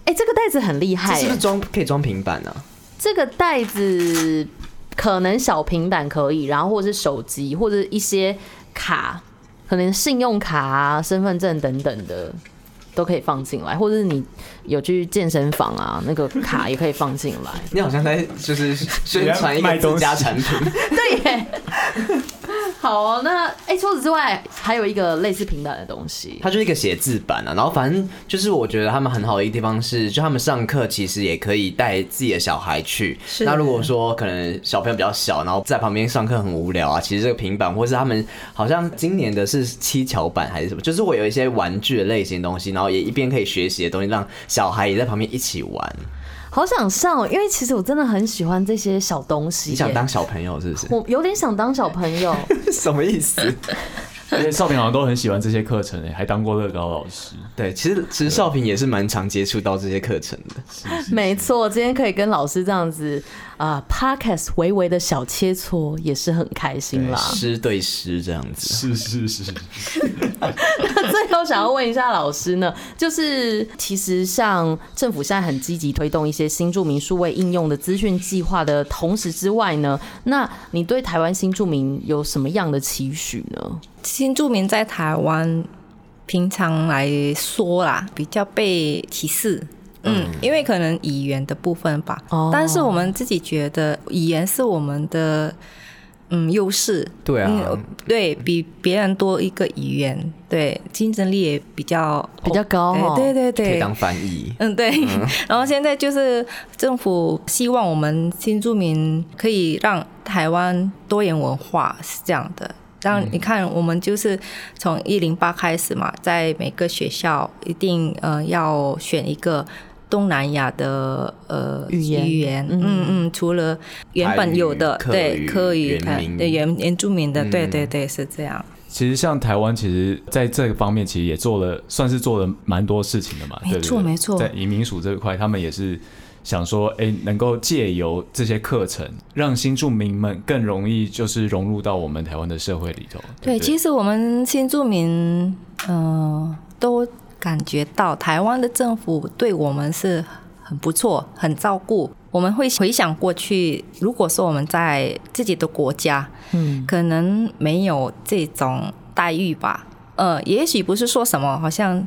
Speaker 1: 哎、这个袋子很厉
Speaker 3: 这
Speaker 1: 害、
Speaker 3: 是不
Speaker 1: 诶
Speaker 3: 是装可以装平板啊？
Speaker 1: 这个袋子可能小平板可以，然后或者是手机或者一些卡，可能信用卡啊、身份证等等的。都可以放进来，或者是你有去健身房啊，那个卡也可以放进来。
Speaker 3: 你好像在就是宣传一
Speaker 2: 卖
Speaker 3: 个
Speaker 2: 东西
Speaker 3: 自家产品，
Speaker 1: 对耶。好哦，那哎、除此之外，还有一个类似平板的东西。
Speaker 3: 它就是一个写字板啊。然后反正就是我觉得他们很好的一个地方是，就他们上课其实也可以带自己的小孩去。
Speaker 4: 是
Speaker 3: 那如果说可能小朋友比较小，然后在旁边上课很无聊啊，其实这个平板或是他们好像今年的是七巧板还是什么，就是我有一些玩具的类型的东西，然后也一边可以学习的东西，让小孩也在旁边一起玩。
Speaker 1: 好想上哦，因为其实我真的很喜欢这些小东西耶。
Speaker 3: 你想当小朋友是不是？
Speaker 1: 我有点想当小朋 友，
Speaker 3: 什么意思？
Speaker 2: 而且少平好像都很喜欢这些课程、欸，还当过乐高老师。
Speaker 3: 对，其实其实少平也是蛮常接触到这些课程的。
Speaker 1: 没错。今天可以跟老师这样子啊、p o d c a s t 微微的小切磋，也是很开心啦。
Speaker 3: 师对师这样
Speaker 2: 是
Speaker 3: 子，
Speaker 2: 是是，
Speaker 1: 最后想要问一下老师呢，就是其实像政府现在很积极推动一些新住民数位应用的资讯计划的同时之外呢，那你对台湾新住民有什么样的期许呢？
Speaker 4: 新住民在台湾平常来说啦，比较被歧视。嗯，因为可能语言的部分吧，
Speaker 1: 哦
Speaker 4: 但是我们自己觉得语言是我们的嗯优势，
Speaker 3: 对啊
Speaker 4: 嗯，对比别人多一个语言，对竞争力也比较
Speaker 1: 比较高哦
Speaker 4: 对对
Speaker 3: 可以
Speaker 4: 对，
Speaker 3: 当翻译。
Speaker 4: 嗯，对。 然后现在就是政府希望我们新住民可以让台湾多元文化是这样的。
Speaker 3: 嗯
Speaker 4: 让你看，我们就是从一零八开始嘛，在每个学校一定呃要选一个东南亚的呃
Speaker 1: 语言
Speaker 4: 语言，
Speaker 1: 嗯
Speaker 4: 嗯嗯，除了原本有的
Speaker 3: 台语
Speaker 4: 对
Speaker 3: 客
Speaker 4: 客
Speaker 3: 语
Speaker 4: 语
Speaker 3: 原嗯
Speaker 4: 呃
Speaker 3: 民
Speaker 4: 对原原住民的，对对对，是这样。
Speaker 2: 其实像台湾，其实在这个方面，其实也做了，算是做了蛮多事情的嘛。
Speaker 4: 没
Speaker 2: 对不
Speaker 4: 错
Speaker 2: 对
Speaker 4: 没错
Speaker 2: 在移民署这一块，他们也是想说，哎、能够借由这些课程，让新住民们更容易就是融入到我们台湾的社会里头。
Speaker 4: 对，
Speaker 2: 不
Speaker 4: 其实我们新住民，嗯，都感觉到台湾的政府对我们是很不错，很照顾。我们会回想过去，如果说我们在自己的国家，
Speaker 1: 嗯，
Speaker 4: 可能没有这种待遇吧。呃，也许不是说什么好像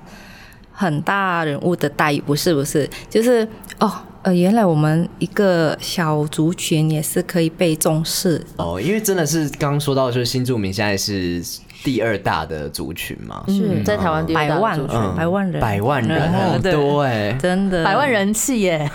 Speaker 4: 很大人物的待遇，不是不是，就是哦，呃，原来我们一个小族群也是可以被重视，
Speaker 3: 哦，因为真的是刚刚说到，就是新住民现在是第二大的族群嘛，
Speaker 1: 是嗯在台湾第一大
Speaker 4: 百万
Speaker 1: 族群
Speaker 3: 嗯
Speaker 4: 嗯百万人，嗯
Speaker 3: 百万人很
Speaker 4: 对
Speaker 3: 多哎，
Speaker 4: 真的
Speaker 1: 百万人气耶！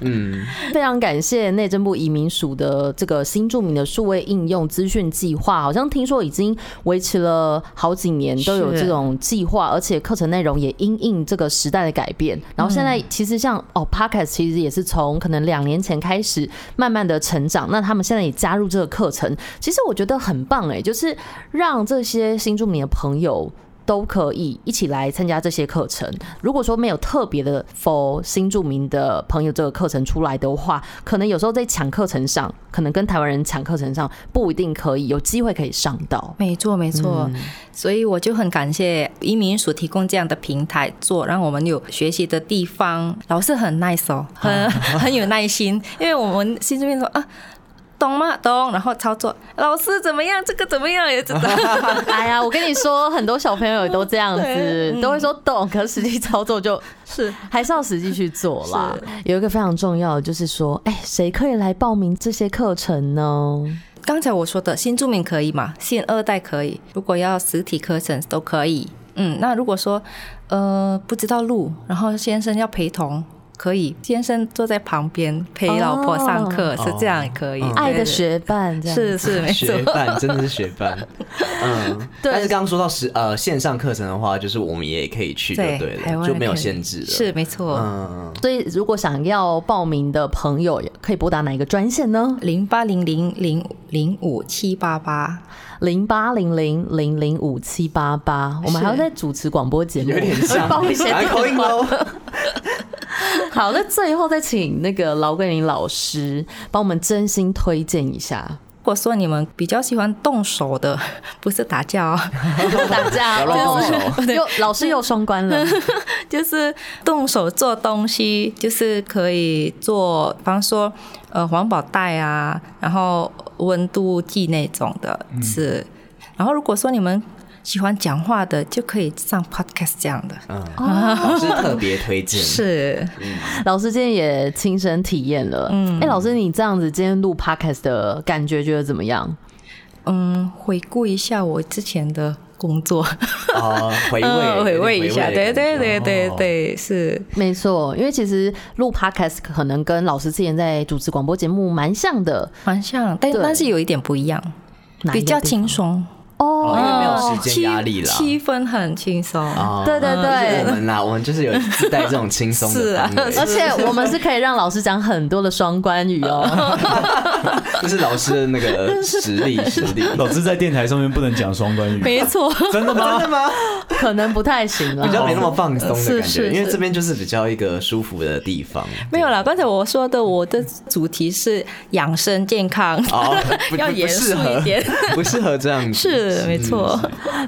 Speaker 3: 嗯，
Speaker 1: 非常感谢内政部移民署的这个新著名的数位应用资讯计划，好像听说已经维持了好几年都有
Speaker 4: 是
Speaker 1: 这种计划，而且课程内容也因应这个时代的改变。然后现在其实像、哦，Podcast 其实也是从可能两年前开始慢慢的成长，那他们现在也加入这个课程，其实我觉得很棒哎、就是让这些新著名的朋友。都可以一起来参加这些课程。如果说没有特别的 for 新著名的朋友这个课程出来的话，可能有时候在抢课程上，可能跟台湾人抢课程上不一定可以有机会可以上到。
Speaker 4: 没错，没错，所以我就很感谢移民署提供这样的平台做，让我们有学习的地方。老师很 nice 哦，很很 有耐心，因为我们新这边说啊，懂吗？懂，然后操作，老师怎么样？这个怎么样？也知道。
Speaker 1: 哎呀，我跟你说，很多小朋友也都这 样
Speaker 4: 对
Speaker 1: 子，
Speaker 4: 嗯
Speaker 1: 都会说懂，可是实际操作就是还是要实际去做啦。有一个非常重要的就是说，哎，谁可以来报名这些课程呢？
Speaker 3: 嗯
Speaker 4: 刚才我说的新住民可以嘛？新二代可以，如果要实体课程都可以。嗯，那如果说呃不知道路，然后先生要陪同。可以，先生坐在旁边陪老婆上课，是这样也可以。
Speaker 3: 哦
Speaker 1: 爱
Speaker 4: 对
Speaker 1: 的
Speaker 4: 对
Speaker 1: 学伴这样
Speaker 4: 是是没错
Speaker 3: 学，伴真的是学伴， 嗯，
Speaker 1: 对
Speaker 3: 但是刚刚说到实呃线上课程的话，就是我们也可以去就对
Speaker 4: 台
Speaker 3: 了，
Speaker 4: 湾
Speaker 3: 就没有
Speaker 4: 可以
Speaker 3: 限制了，
Speaker 4: 是哦没错。
Speaker 3: 嗯，
Speaker 1: 所以，如果想要报名的朋友，也可以拨打哪一个专线呢？
Speaker 4: 零八零零零零五七八八，
Speaker 1: 零八零零零零五七八八。我们还要在主持广播节目，
Speaker 3: 有点 像，
Speaker 1: 报一些
Speaker 3: 来
Speaker 1: 电
Speaker 3: 口音
Speaker 1: 话
Speaker 3: 喽。
Speaker 1: 好，那最后再请那个劳桂林老师帮我们真心推荐一下，
Speaker 4: 如果说你们比较喜欢动手的， 不是打架哦，
Speaker 1: 大家
Speaker 3: 不要乱动手
Speaker 1: 就是又老师又双关 了，
Speaker 4: 就是动手做东西，就是可以做，比方说呃环保袋啊，然后温度计那种的
Speaker 3: 嗯
Speaker 4: 是。然后如果说你们喜欢讲话的，就可以上 podcast 这样的，
Speaker 3: 嗯，老师特别推荐，
Speaker 4: 哦是
Speaker 1: 老师今天也亲身体验了。嗯，哎、老师，你这样子今天录 podcast 的感觉觉得怎么样？
Speaker 4: 嗯，回顾一下我之前的工作。
Speaker 3: 哦，回 味
Speaker 4: 嗯回味一下，
Speaker 3: 有点
Speaker 4: 对
Speaker 3: 的
Speaker 4: 对
Speaker 3: 感
Speaker 4: 对
Speaker 3: 觉
Speaker 4: 对
Speaker 3: 哦
Speaker 4: 对，是
Speaker 1: 没错，因为其实录 podcast 可能跟老师之前在主持广播节目蛮像的，
Speaker 4: 蛮像，但
Speaker 1: 对
Speaker 4: 但是有一点不一样，
Speaker 1: 哪一
Speaker 4: 比
Speaker 1: 个
Speaker 4: 较
Speaker 1: 地方
Speaker 4: 轻松，
Speaker 3: 哦，因为没有
Speaker 1: 哦。
Speaker 3: 时间压力啦。
Speaker 4: 气氛很轻松。
Speaker 3: 哦
Speaker 1: 对对
Speaker 3: 就是我
Speaker 1: 对。
Speaker 3: 们啦，我们就是有自带这种轻松
Speaker 4: 是
Speaker 3: 的
Speaker 4: 啊
Speaker 3: 氛围，
Speaker 1: 而且我们是可以让老师讲很多的双关语 哦，
Speaker 3: 这是老师的那个实力实 力。
Speaker 2: 老师在电台上面不能讲双关语，
Speaker 4: 没错，
Speaker 2: 真的吗？
Speaker 1: 可能不太行啊了。
Speaker 3: 比较没那么放松的
Speaker 4: 哦是
Speaker 3: 感觉，
Speaker 4: 是
Speaker 3: 因为
Speaker 4: 是
Speaker 3: 这边就是比较一个舒服的地方。
Speaker 4: 没有啦。刚才我说的，我的主题是养生健康，
Speaker 3: 哦，不
Speaker 4: 要
Speaker 3: 不
Speaker 4: 严肃
Speaker 3: 适合
Speaker 4: 一点，
Speaker 3: 不适合这样子。
Speaker 4: 是没错，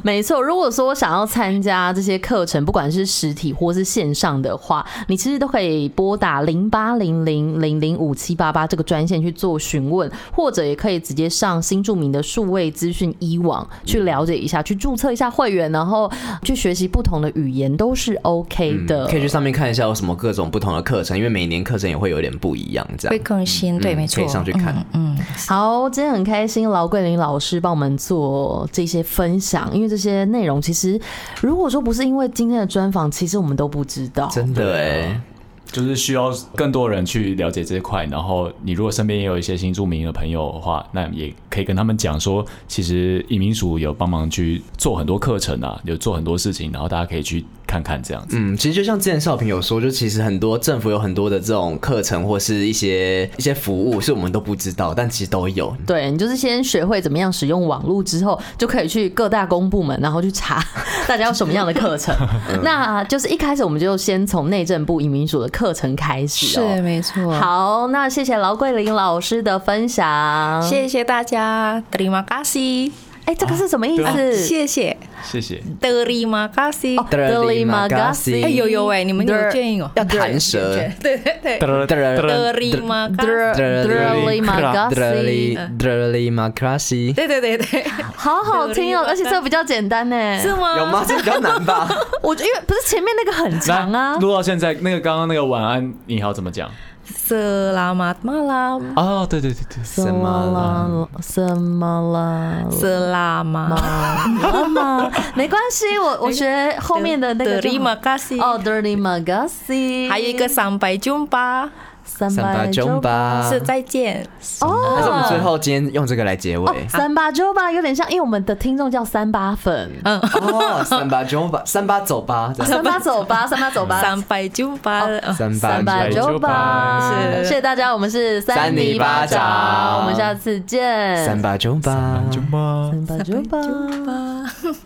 Speaker 1: 没错，如果说想要参加这些课程，不管是实体或是线上的话，你其实都可以拨打零八零零零零五七八八这个专线去做询问，或者也可以直接上新著名的数位资讯一网去了解一下，去注册一下会员，然后去学习不同的语言都是 OK 的。
Speaker 3: 嗯可以去上面看一下有什么各种不同的课程，因为每年课程也会有点不一样，这
Speaker 4: 会
Speaker 3: 样。
Speaker 4: 更新，对，
Speaker 3: 嗯
Speaker 4: 没错，
Speaker 3: 可以上去看
Speaker 4: 嗯，嗯，
Speaker 1: 好，今天很开心，劳桂林老师帮我们做这些分享，因为这些内容其实如果说不是因为今天的专访，其实我们都不知道。
Speaker 3: 真的哎，
Speaker 2: 就是需要更多人去了解这块，然后你如果身边也有一些新住民的朋友的话，那也可以跟他们讲说，其实移民署有帮忙去做很多课程啊，有做很多事情，然后大家可以去看看这样子。
Speaker 3: 嗯，其实就像之前少平有说，就其实很多政府有很多的这种课程或是一些一些服务，是我们都不知道，但其实都有。
Speaker 1: 对你就是先学会怎么样使用网络之后，就可以去各大公部门，然后去查 大家有什么样的课程。那就是一开始我们就先从内政部移民署的课程开始
Speaker 4: 是
Speaker 1: 哦。
Speaker 4: 没错。，
Speaker 1: 好，那谢谢劳桂林老师的分享，
Speaker 4: 谢谢大家，terima kasih。啊
Speaker 1: 哎、这个是什么意思？
Speaker 4: 谢谢
Speaker 2: 谢谢。
Speaker 4: 德里马卡西。
Speaker 1: 哦嗯 Terima kasih
Speaker 4: 哎有有哎，你们有建议哦？
Speaker 3: 要弹舌
Speaker 4: 对对对，
Speaker 2: 噔
Speaker 3: 噔
Speaker 4: 德里马卡西。
Speaker 1: Terima kasih
Speaker 3: 德里马克西，
Speaker 4: 对对对对，
Speaker 1: 好好听哦，而且这个比较简单呢。
Speaker 4: 是吗？
Speaker 3: 有吗？这比较难吧？
Speaker 1: 我因为不是前面那个很长啊
Speaker 2: 来，录到现在，那个刚刚那个晚安你好怎么讲？
Speaker 4: ？Selamat malam,
Speaker 2: 哦，对对对对，
Speaker 1: 什么啦？什么啦？
Speaker 4: selamat.
Speaker 1: 啊妈 妈，没关系，我我学后面的那个就
Speaker 4: Terima
Speaker 1: 好。
Speaker 4: kasih。
Speaker 1: 哦，dirty magasi，
Speaker 4: 哎还有一个三百中八
Speaker 1: 三
Speaker 3: 三八中吧，
Speaker 4: 是再见，
Speaker 3: 还是我们最
Speaker 1: 哦。
Speaker 3: 后今天用这个来结
Speaker 1: 哦
Speaker 3: 尾，？
Speaker 1: 三八九吧，有点像，因为我们的听众叫三八粉，
Speaker 4: 嗯
Speaker 1: 哦
Speaker 3: 哦，三八中吧，三八走吧，这样
Speaker 1: 三八走 吧，三八走吧，
Speaker 4: 三百中八。
Speaker 3: 三
Speaker 1: 三八
Speaker 3: 八
Speaker 1: 九八，
Speaker 4: 是
Speaker 1: 谢谢大家，我们是
Speaker 3: 三
Speaker 1: 泥
Speaker 3: 泥
Speaker 1: 巴
Speaker 3: 巴掌
Speaker 1: 掌，我们下次见，
Speaker 3: 三八中吧。
Speaker 2: 吗？
Speaker 1: 三八九八。
Speaker 4: 八